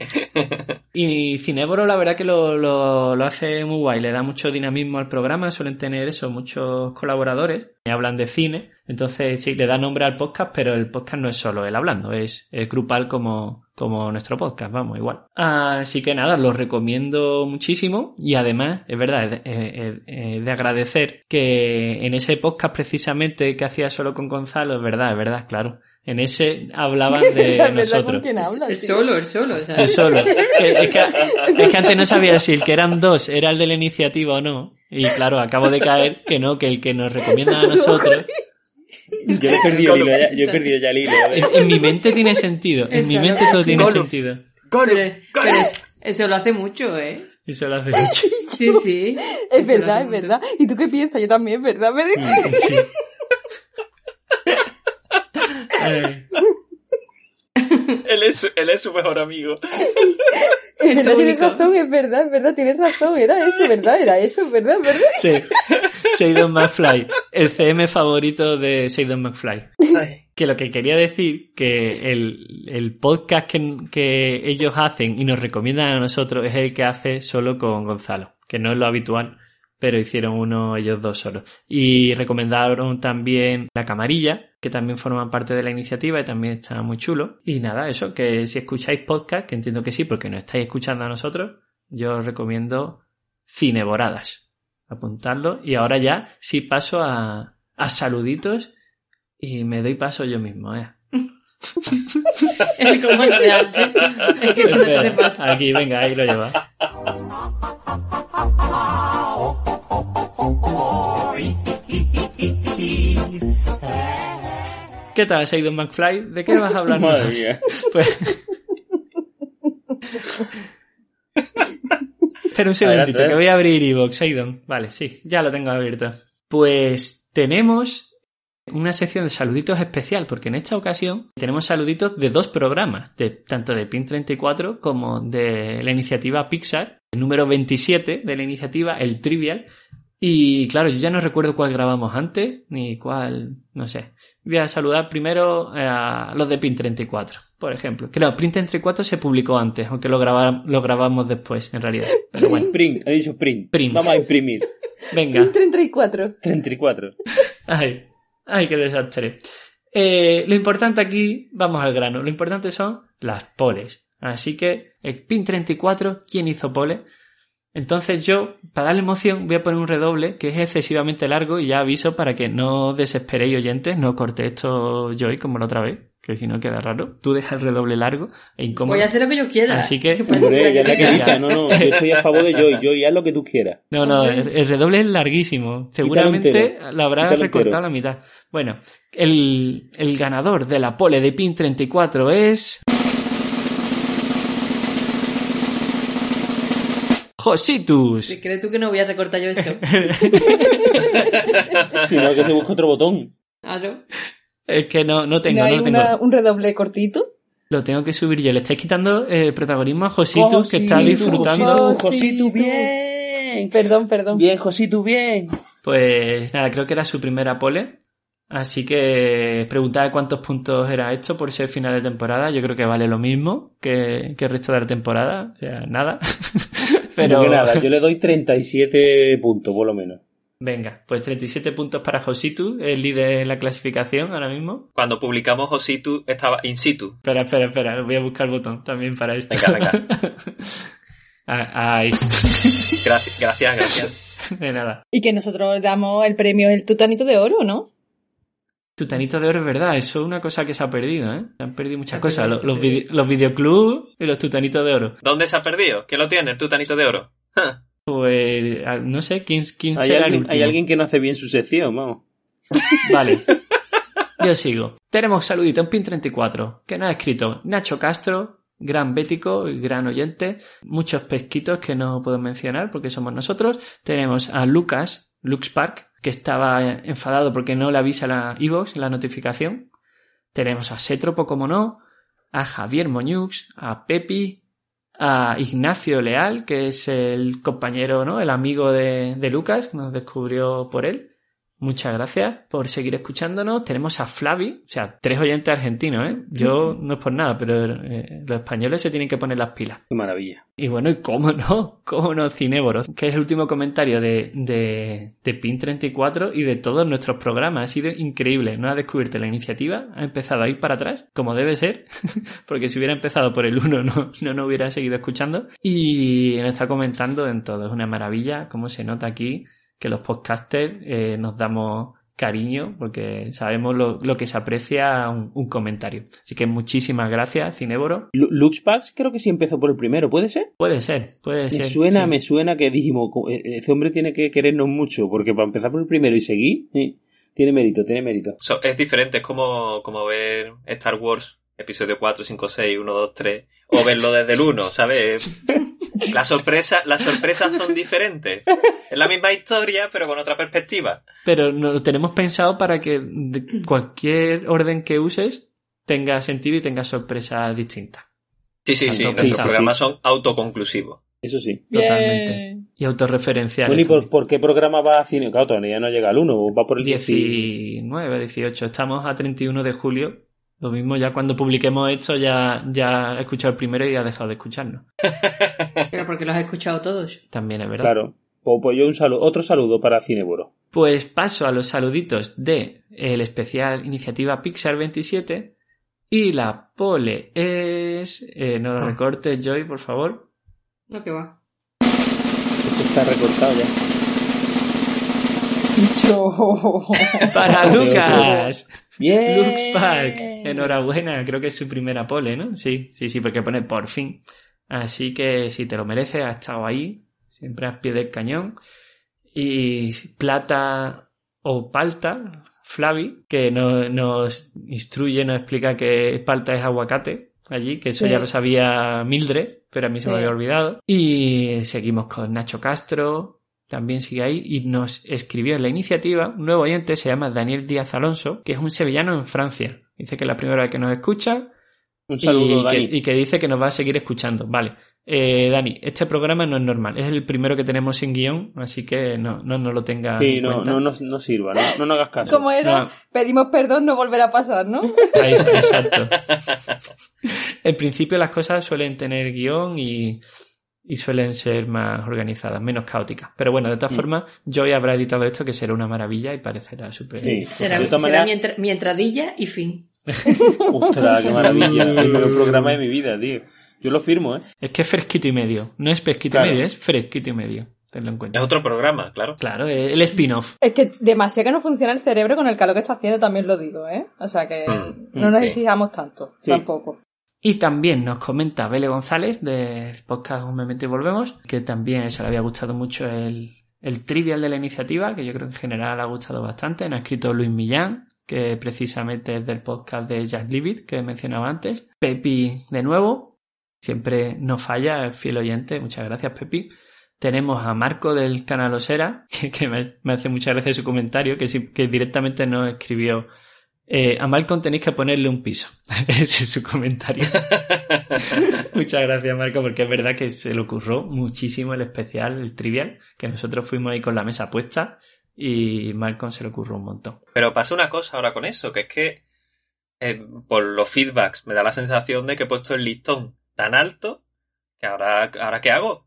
S5: Y Cineboro, la verdad que lo, lo, lo hace muy guay, le da mucho dinamismo al programa, suelen tener eso, muchos colaboradores, que hablan de cine, entonces sí, le da nombre al podcast, pero el podcast no es solo él hablando, es, eh, grupal como, como nuestro podcast, vamos, igual. Así que nada, los recomiendo muchísimo y además, es verdad, es de, eh, eh, eh, de agradecer que en ese podcast precisamente que hacía solo con Gonzalo, es verdad, es verdad, claro, en ese hablaban
S6: Es
S5: de
S6: verdad, ¿Con
S5: nosotros.
S6: quién habla?
S10: El
S6: tío?
S10: solo, el solo. o sea,
S5: Yo solo. Que- es, que, es que antes no sabía si el que eran dos era el de la iniciativa o no. Y claro, acabo de caer que no, que el que nos recomienda a nosotros.
S3: Yo he perdido el hilo ya, yo he perdido ya el hilo. a ver.
S5: En, en mi mente tiene sentido. En mi
S10: Exacto.
S5: mente todo tiene
S2: Gollum.
S5: sentido.
S2: Gollum,
S10: pero- pero
S2: Gollum.
S10: es- eso lo hace mucho, ¿eh?
S5: Eso lo has dicho.
S10: Sí, sí.
S6: Es
S10: Eso lo
S6: verdad,
S10: hace
S6: es
S10: mucho.
S6: verdad. ¿Y tú qué piensas? Yo también, ¿verdad? Me dices.
S5: Sí. Ay,
S2: Él es, su- él es su mejor amigo.
S6: Es
S10: Es
S6: verdad, tienes
S10: único.
S6: razón, es verdad, es verdad, tienes razón. Era eso, ¿verdad? Era eso, ¿verdad? ¿verdad?
S5: sí. Seidon McFly. El CM favorito de Seidon McFly. Que lo que quería decir, que el, el podcast que, que ellos hacen y nos recomiendan a nosotros es el que hace solo con Gonzalo, que no es lo habitual, pero hicieron uno ellos dos solos. Y recomendaron también La Camarilla, que también forman parte de la iniciativa y también está muy chulo. Y nada, eso, que si escucháis podcast, que entiendo que sí, porque nos estáis escuchando a nosotros, yo os recomiendo Cineboradas. Apuntadlo. Y ahora ya sí paso a, a saluditos y me doy paso yo mismo, eh.
S10: Es como el de antes. Es que tú no te
S5: Espera,
S10: pasa.
S5: Aquí, venga, ahí lo llevas. ¿Qué tal, Seidon McFly? ¿De qué vas a hablar?
S3: Madre mía.
S5: Pues- Espera un segundito,
S3: Adelante.
S5: que voy a abrir Evox, Seidon. Vale, sí, ya lo tengo abierto. Pues tenemos una sección de saluditos especial, porque en esta ocasión tenemos saluditos de dos programas, de, tanto de PIN34 como de la iniciativa Pixar, el número 27 de la iniciativa, el Trivial, Y claro, yo ya no recuerdo cuál grabamos antes, ni cuál, no sé. Voy a saludar primero a los de Print 34, por ejemplo. Claro, Print 34 se publicó antes, aunque lo, graba, lo grabamos después, en realidad. Pero bueno.
S3: Print, he dicho print.
S5: Print.
S3: Vamos a imprimir.
S5: Venga.
S6: 34.
S3: 34.
S5: Ay, ay, qué desastre. Eh, lo importante aquí, vamos al grano, lo importante son las poles. Así que, el Pin 34, ¿quién hizo poles? Entonces yo, para darle emoción, voy a poner un redoble que es excesivamente largo y ya aviso para que no desesperéis oyentes, no corté esto yo y como la otra vez, que si no queda raro. Tú dejas el redoble largo e incómodo.
S10: Voy a hacer lo que yo quiera.
S5: Así que...
S10: ¿Qué puedes hacer?
S3: Hombre, ya es la que dice, no, no, yo estoy a favor de Joy, Joy, haz lo que tú quieras.
S5: No, no, el, el redoble es larguísimo. Seguramente
S3: entero,
S5: lo habrás
S3: quítalo
S5: recortado a
S3: entero.
S5: la mitad. Bueno, el, el ganador de la pole de PIN 34 es... Jositus.
S10: Si crees tú que no voy a recortar yo eso.
S3: Si no, que se busque otro botón.
S10: Claro.
S5: Es que no, no tengo,
S6: ¿No
S5: no,
S6: hay
S5: lo tengo.
S6: una- un redoble cortito?
S5: Lo tengo que subir yo. Le estáis quitando eh, protagonismo a Jositus, que está
S3: Jositus,
S5: disfrutando.
S3: Jositus,
S6: Jositus.
S3: Jositus, bien.
S6: Perdón, perdón.
S3: Bien, Jositus, bien.
S5: Pues nada, creo que era su primera pole. Así que preguntaba cuántos puntos era esto por ser final de temporada. Yo creo que vale lo mismo que, que el resto de la temporada. O sea, nada.
S3: Pero
S5: Pero
S3: que nada, yo le doy 37 puntos, por lo menos.
S5: venga, pues 37 puntos para Jositu, el líder en la clasificación ahora mismo.
S2: Cuando publicamos Ositu estaba in situ.
S5: Espera, espera, espera, voy a buscar el botón también para esto.
S2: Venga, venga.
S5: Ah, Ahí,
S2: Gracias, gracias, gracias.
S5: de nada.
S6: Y que nosotros damos el premio el tutanito de oro, ¿no?
S5: Tutanito de oro es verdad, eso es una cosa que se ha perdido, ¿eh? Se han perdido muchas
S10: Se ha
S5: cosas,
S10: perdido,
S5: los,
S10: se ha
S5: los,
S10: perdido.
S5: vide- los videoclubs y los tutanitos de oro.
S2: ¿Dónde se ha perdido? ¿Quién lo tiene? El tutanito de oro.
S5: Pues ah, no sé, ¿quién, quién
S3: Hay
S5: será el
S3: alguien,
S5: último?
S3: hay alguien que no hace bien su sección, vamos.
S5: Vale. Yo sigo. Tenemos saludito en PIN 34, que nos ha escrito Nacho Castro, gran bético y gran oyente. Muchos pesquitos que no puedo mencionar porque somos nosotros. Tenemos a Lucas, Lux Park, que estaba enfadado porque no le avisa la iVox, la notificación. Tenemos a Setropo, como no, a Javier Moñux, a Pepi, a Ignacio Leal, que es el compañero, ¿no? El amigo de, de Lucas, que nos descubrió por él. Muchas gracias por seguir escuchándonos. Tenemos a Flavi, o sea, tres oyentes argentinos, ¿eh? Yo no es por nada, pero eh, los españoles se tienen que poner las pilas.
S3: Qué maravilla.
S5: Y bueno, y cómo no, cómo no, Cinéboros, que es el último comentario de, de, de PIN34 y de todos nuestros programas. Ha sido increíble, ¿no? Ha descubierto la iniciativa, ha empezado a ir para atrás, como debe ser, porque si hubiera empezado por el 1 no, no nos hubiera seguido escuchando. Y nos está comentando en todo, es una maravilla cómo se nota aquí que los podcasters eh, nos damos cariño porque sabemos lo, lo que se aprecia un, un comentario. Así que muchísimas gracias, Cinéboro.
S3: Lu- Luxpax creo que sí empezó por el primero, ¿puede ser?
S5: Puede ser, puede
S3: Me
S5: ser.
S3: suena,
S5: sí.
S3: me suena que dijimos, co- e- e- ese hombre tiene que querernos mucho, porque para empezar por el primero y seguir, eh, tiene mérito, tiene mérito.
S2: So- es diferente, es como, como ver Star Wars, episodio 4, 5, 6, 1, 2, 3, o verlo desde el 1, ¿sabes? Las sorpresas, las sorpresas son diferentes. Es la misma historia, pero con otra perspectiva.
S5: Pero no- lo tenemos pensado para que de cualquier orden que uses tenga sentido y tenga sorpresas distintas.
S2: Sí, sí, sí,
S5: Sí,
S2: nuestros
S5: sí,
S2: programas son autoconclusivos.
S3: Eso sí.
S5: Totalmente.
S6: Bien.
S5: Y autorreferenciales.
S3: Bueno, ¿y por,
S5: también.
S3: por qué programa va a cine? Claro, todavía no llega al uno, va por el 10
S5: 19, 18. Estamos a 31 de julio. Lo mismo ya cuando publiquemos esto ya, ya ha escuchado el primero y ha dejado de escucharnos.
S10: Pero porque los he escuchado todos.
S5: También es verdad.
S3: Claro. Pues, pues yo un saludo, otro saludo para Cineboro.
S5: Pues paso a los saluditos de el especial iniciativa Pixar 27 y la pole es... eh, no
S3: Ah.
S5: lo recortes, Joy, por favor.
S10: Lo que va.
S3: Eso está recortado ya.
S6: Yo.
S5: Para
S3: Joder,
S5: Lucas.
S3: ¡Bien!
S5: Lux Park. Enhorabuena, creo que es su primera pole, ¿no? Sí, sí, sí, porque pone por fin. Así que si te lo mereces, has estado ahí, siempre al pie del cañón. Y plata o palta, Flavi, que no- nos instruye, nos explica que palta es aguacate allí, que eso
S6: Sí.
S5: ya lo sabía Mildred, pero a mí se me
S6: Sí.
S5: había olvidado. Y seguimos con Nacho Castro, también sigue ahí y nos escribió en la iniciativa un nuevo oyente, se llama Daniel Díaz Alonso, que es un sevillano en Francia. Dice que es la primera vez que nos escucha
S3: Un saludo,
S5: y,
S3: Dani.
S5: Que, y que dice que nos va a seguir escuchando. Vale. Eh, Dani, este programa no es normal. Es el primero que tenemos sin guión, así que no, no, no lo tenga.
S3: Sí,
S5: en
S3: no,
S5: cuenta.
S3: no, no, no sirva, no, no nos hagas caso.
S6: Como era,
S5: No.
S6: pedimos perdón, no volverá a pasar, ¿no?
S5: Ahí está, exacto. en principio las cosas suelen tener guión y, y suelen ser más organizadas, menos caóticas. Pero bueno, de todas
S3: Mm.
S5: formas, Joy habrá editado esto que será una maravilla y parecerá súper...
S3: Sí,
S10: Será,
S3: de todas
S10: será mi,
S3: maneras,
S10: entra- mi entradilla y fin.
S3: ostras, qué maravilla. el mejor programa de mi vida, tío. Yo lo firmo, ¿eh?
S5: Es que es fresquito y medio. No es pesquito
S3: Claro.
S5: y medio, es fresquito y medio. Tenlo en cuenta.
S2: Es otro programa, claro.
S5: Claro, eh, el spin-off.
S6: Es que demasiado que no funciona el cerebro con el calor que está haciendo, también lo digo, ¿eh? O sea que
S2: Mm,
S6: no nos
S2: sí.
S6: exijamos tanto,
S3: Sí.
S6: tampoco.
S5: Y también nos comenta Bele González del podcast Un Momento y Volvemos, que también se le había gustado mucho el, el trivial de la iniciativa, que yo creo que en general ha gustado bastante. Nos ha escrito Luis Millán, que precisamente es del podcast de Jack Livid, que mencionaba antes. Pepi, de nuevo, siempre no falla, es fiel oyente. Muchas gracias, Pepi. Tenemos a Marco del canal Osera, que, que me, me hace muchas gracias su comentario, que, sí- que directamente nos escribió eh, a Malcolm tenéis que ponerle un piso. Ese es su comentario. Muchas gracias, Marco, porque es verdad que se le ocurrió muchísimo el especial, el trivial, que nosotros fuimos ahí con la mesa puesta y Malcolm se le ocurrió un montón.
S2: Pero pasa una cosa ahora con eso, que es que eh, por los feedbacks me da la sensación de que he puesto el listón tan alto que ahora, ahora ¿qué hago?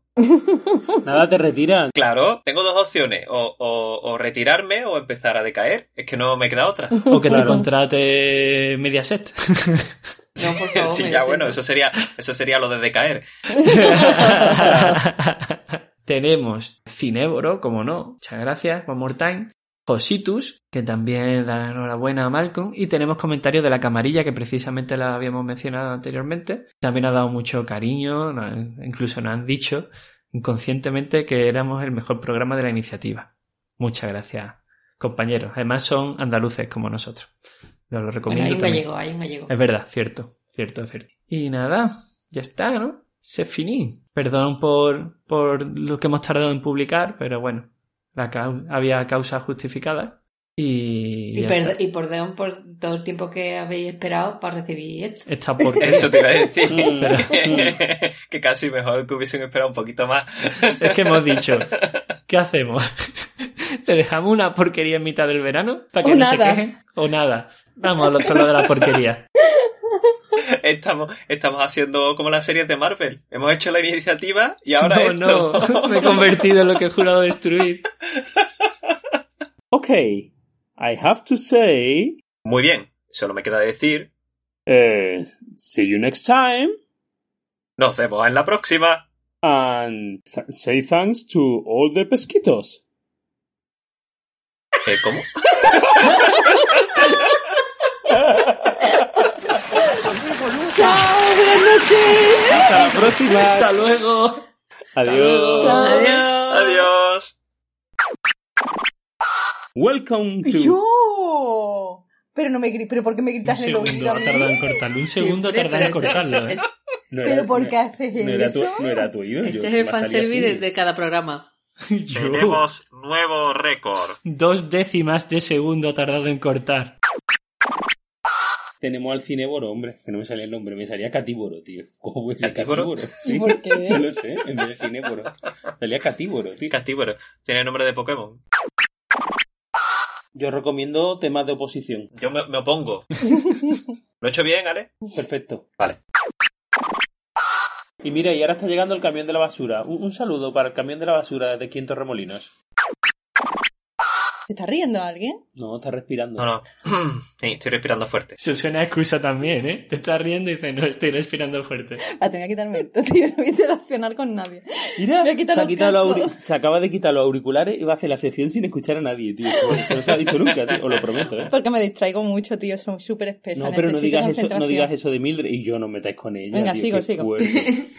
S3: Nada te retira.
S2: Claro, tengo dos opciones, o, o- o retirarme o empezar a decaer. Es que no me queda otra.
S5: O que te
S3: Claro.
S5: contrate Mediaset.
S10: No, por favor,
S2: sí,
S10: me
S2: ya
S10: lo
S2: bueno,
S10: siento.
S2: eso sería, eso sería lo de decaer.
S5: Tenemos Cineboro, como no, muchas gracias, one more time. Jositus, que también da enhorabuena a Malcolm. Y tenemos comentarios de la camarilla, que precisamente la habíamos mencionado anteriormente. También ha dado mucho cariño, no- incluso nos han dicho inconscientemente que éramos el mejor programa de la iniciativa. Muchas gracias, compañeros. Además son andaluces como nosotros. Os lo
S10: Bueno,
S5: recomiendo.
S10: hay un
S5: también.
S10: gallego, hay un gallego.
S5: Es verdad, cierto, cierto, cierto. Y nada, ya está, ¿no? Se finí. Perdón por, por lo que hemos tardado en publicar, pero bueno, la cau- había causas justificadas. Y,
S10: Y,
S5: ya
S10: per-
S5: está.
S10: y perdón por todo el tiempo que habéis esperado para recibir esto.
S5: Esta porquería.
S2: Eso te iba a decir.
S3: Mm.
S5: Mm.
S2: que, que casi mejor que hubiesen esperado un poquito más.
S5: Es que hemos dicho, ¿qué hacemos? ¿Te dejamos una porquería en mitad del verano para que
S6: O
S5: no se
S6: nada.
S5: quejen? O nada. Vamos a lo, con lo de la porquería.
S2: Estamos, estamos haciendo como las series de Marvel. Hemos hecho la iniciativa y ahora
S5: no,
S2: esto.
S5: no, me he convertido en lo que he jurado destruir.
S3: Ok, I have to say,
S2: Muy bien. Solo me queda decir.
S3: eh, see you next time.
S2: Nos vemos en la próxima.
S3: and th- say thanks to all the pesquitos.
S2: Eh, ¿Cómo?
S3: Hasta la próxima.
S5: Hasta luego.
S3: Adiós.
S5: Chao.
S2: Adiós.
S3: Welcome to.
S6: ¡Yo! Pero no me gri- pero ¿por qué me
S5: Un
S6: gritas en el
S5: segundo
S6: oído a
S5: ha
S6: mí?
S5: tardado en cortarlo. Un segundo ha
S10: Siempre,
S5: tardado en
S10: pero este- esto-
S5: cortarlo. ¿eh?
S10: esto-
S3: No era-
S6: ¿Pero por
S3: no-
S6: qué haces
S3: No era, tu,
S6: eso?
S3: no era tu oído.
S10: Este
S3: yo-
S10: es el
S3: me salía
S10: fanservice
S3: así.
S10: de, de cada programa.
S5: Yo-
S2: Tenemos nuevo récord.
S5: Dos décimas de segundo ha tardado en cortar.
S3: Tenemos al cineboro, hombre, que no me salía el nombre, me salía catívoro, tío. ¿Cómo puede ser
S2: ¿Catívoro?
S3: catívoro?
S6: ¿Y
S3: Sí,
S6: por
S3: no
S6: qué?
S3: lo sé, en vez de cineboro. Salía catívoro, tío.
S2: Catíbero. Tiene nombre de Pokémon.
S3: Yo recomiendo temas de oposición.
S2: Yo me, me opongo. ¿Lo he hecho bien, Ale?
S3: Perfecto.
S2: Vale.
S3: Y mira, y ahora está llegando el camión de la basura. Un, un saludo para el camión de la basura de Quinto Remolinos.
S6: ¿Se está riendo alguien?
S3: No, está respirando.
S2: No, no. Sí, estoy respirando fuerte.
S5: Se suena a excusa también, ¿eh? Te estás riendo y dices, no, estoy respirando fuerte.
S6: La tenía que quitarme esto, tío. No voy a interaccionar con nadie.
S3: Mira,
S6: Me ha quitado
S3: se, ha
S6: los
S3: quitado los auri-
S6: cascos.
S3: se acaba de quitar los auriculares y va a hacer la sección sin escuchar a nadie, tío. Esto No se ha visto nunca, tío. Os lo prometo, ¿eh?
S6: Porque me distraigo mucho, tío. Son súper espesas.
S3: No, pero no
S6: necesito
S3: digas, eso, no
S6: concentración.
S3: digas eso de Mildred y yo no metáis con ella.
S6: Venga,
S3: tío,
S6: sigo,
S3: qué
S6: sigo.
S3: fuerte.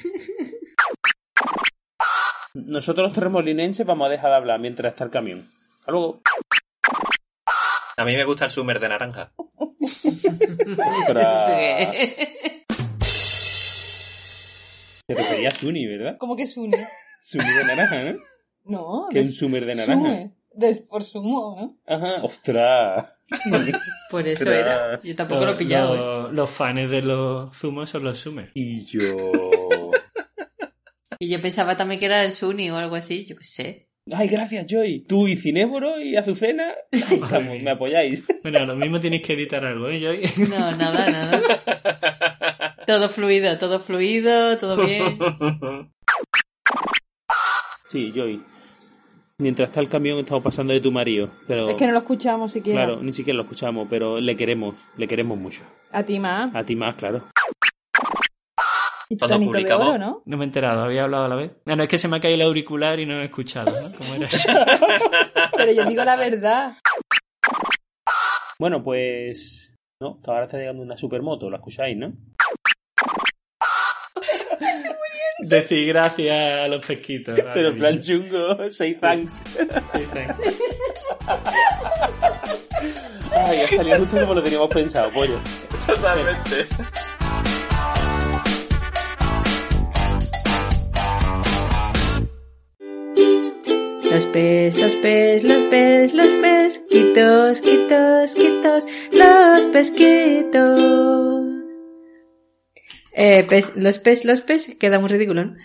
S3: Nosotros los termolinenses vamos a dejar de hablar mientras está el camión. Hasta luego.
S2: A mí me gusta el Summer de naranja.
S3: Ostras.
S10: Sí.
S3: Te refería a Zuni, ¿verdad?
S6: ¿Cómo que Sune?
S3: Zuni de naranja, ¿no?
S6: No.
S3: Que
S6: de
S3: es un sumer de naranja.
S6: Sume. De, por sumo, ¿eh? ¿no?
S3: Ajá, ostras.
S4: Por eso era. Yo tampoco lo he pillado. ¿eh?
S5: Los, los fans de los zumos son los Summers.
S3: Y yo.
S4: Y yo pensaba también que era el Suni o algo así, yo qué sé.
S3: Ay, gracias, Joy. Tú y Cinéboro y Azucena. Ahí estamos, me apoyáis.
S5: Bueno, lo mismo tienes que editar algo, ¿eh, Joy?
S4: No, nada, nada. Todo fluido, todo fluido, todo bien.
S3: Sí, Joy. Mientras está el camión, estamos pasando de tu marido. Pero,
S6: Es que no lo escuchamos siquiera.
S3: claro, ni siquiera lo escuchamos, pero le queremos, le queremos mucho.
S6: A ti más.
S3: A ti más, claro. Ah,
S6: Y tu
S2: Cuando
S6: tonito de
S2: publicamos-
S6: oro, ¿no?
S5: No me he enterado, había hablado a la vez. Ah, No, no, es que se me ha caído el auricular y no he escuchado, ¿no? ¿Cómo era eso?
S6: Pero yo digo la verdad.
S3: Bueno, pues. No, hasta ahora está llegando una supermoto, la escucháis, ¿no?
S5: Decir gracias a los pesquitos.
S3: Pero en plan chungo, say thanks. Ay, ha salido justo como lo teníamos pensado, pollo.
S2: Totalmente.
S4: Los pes, los pes, los pes, los pes, quitos, quitos, quitos, los pesquitos. Eh, pes- los pes, los pes, queda muy ridículo, ¿no?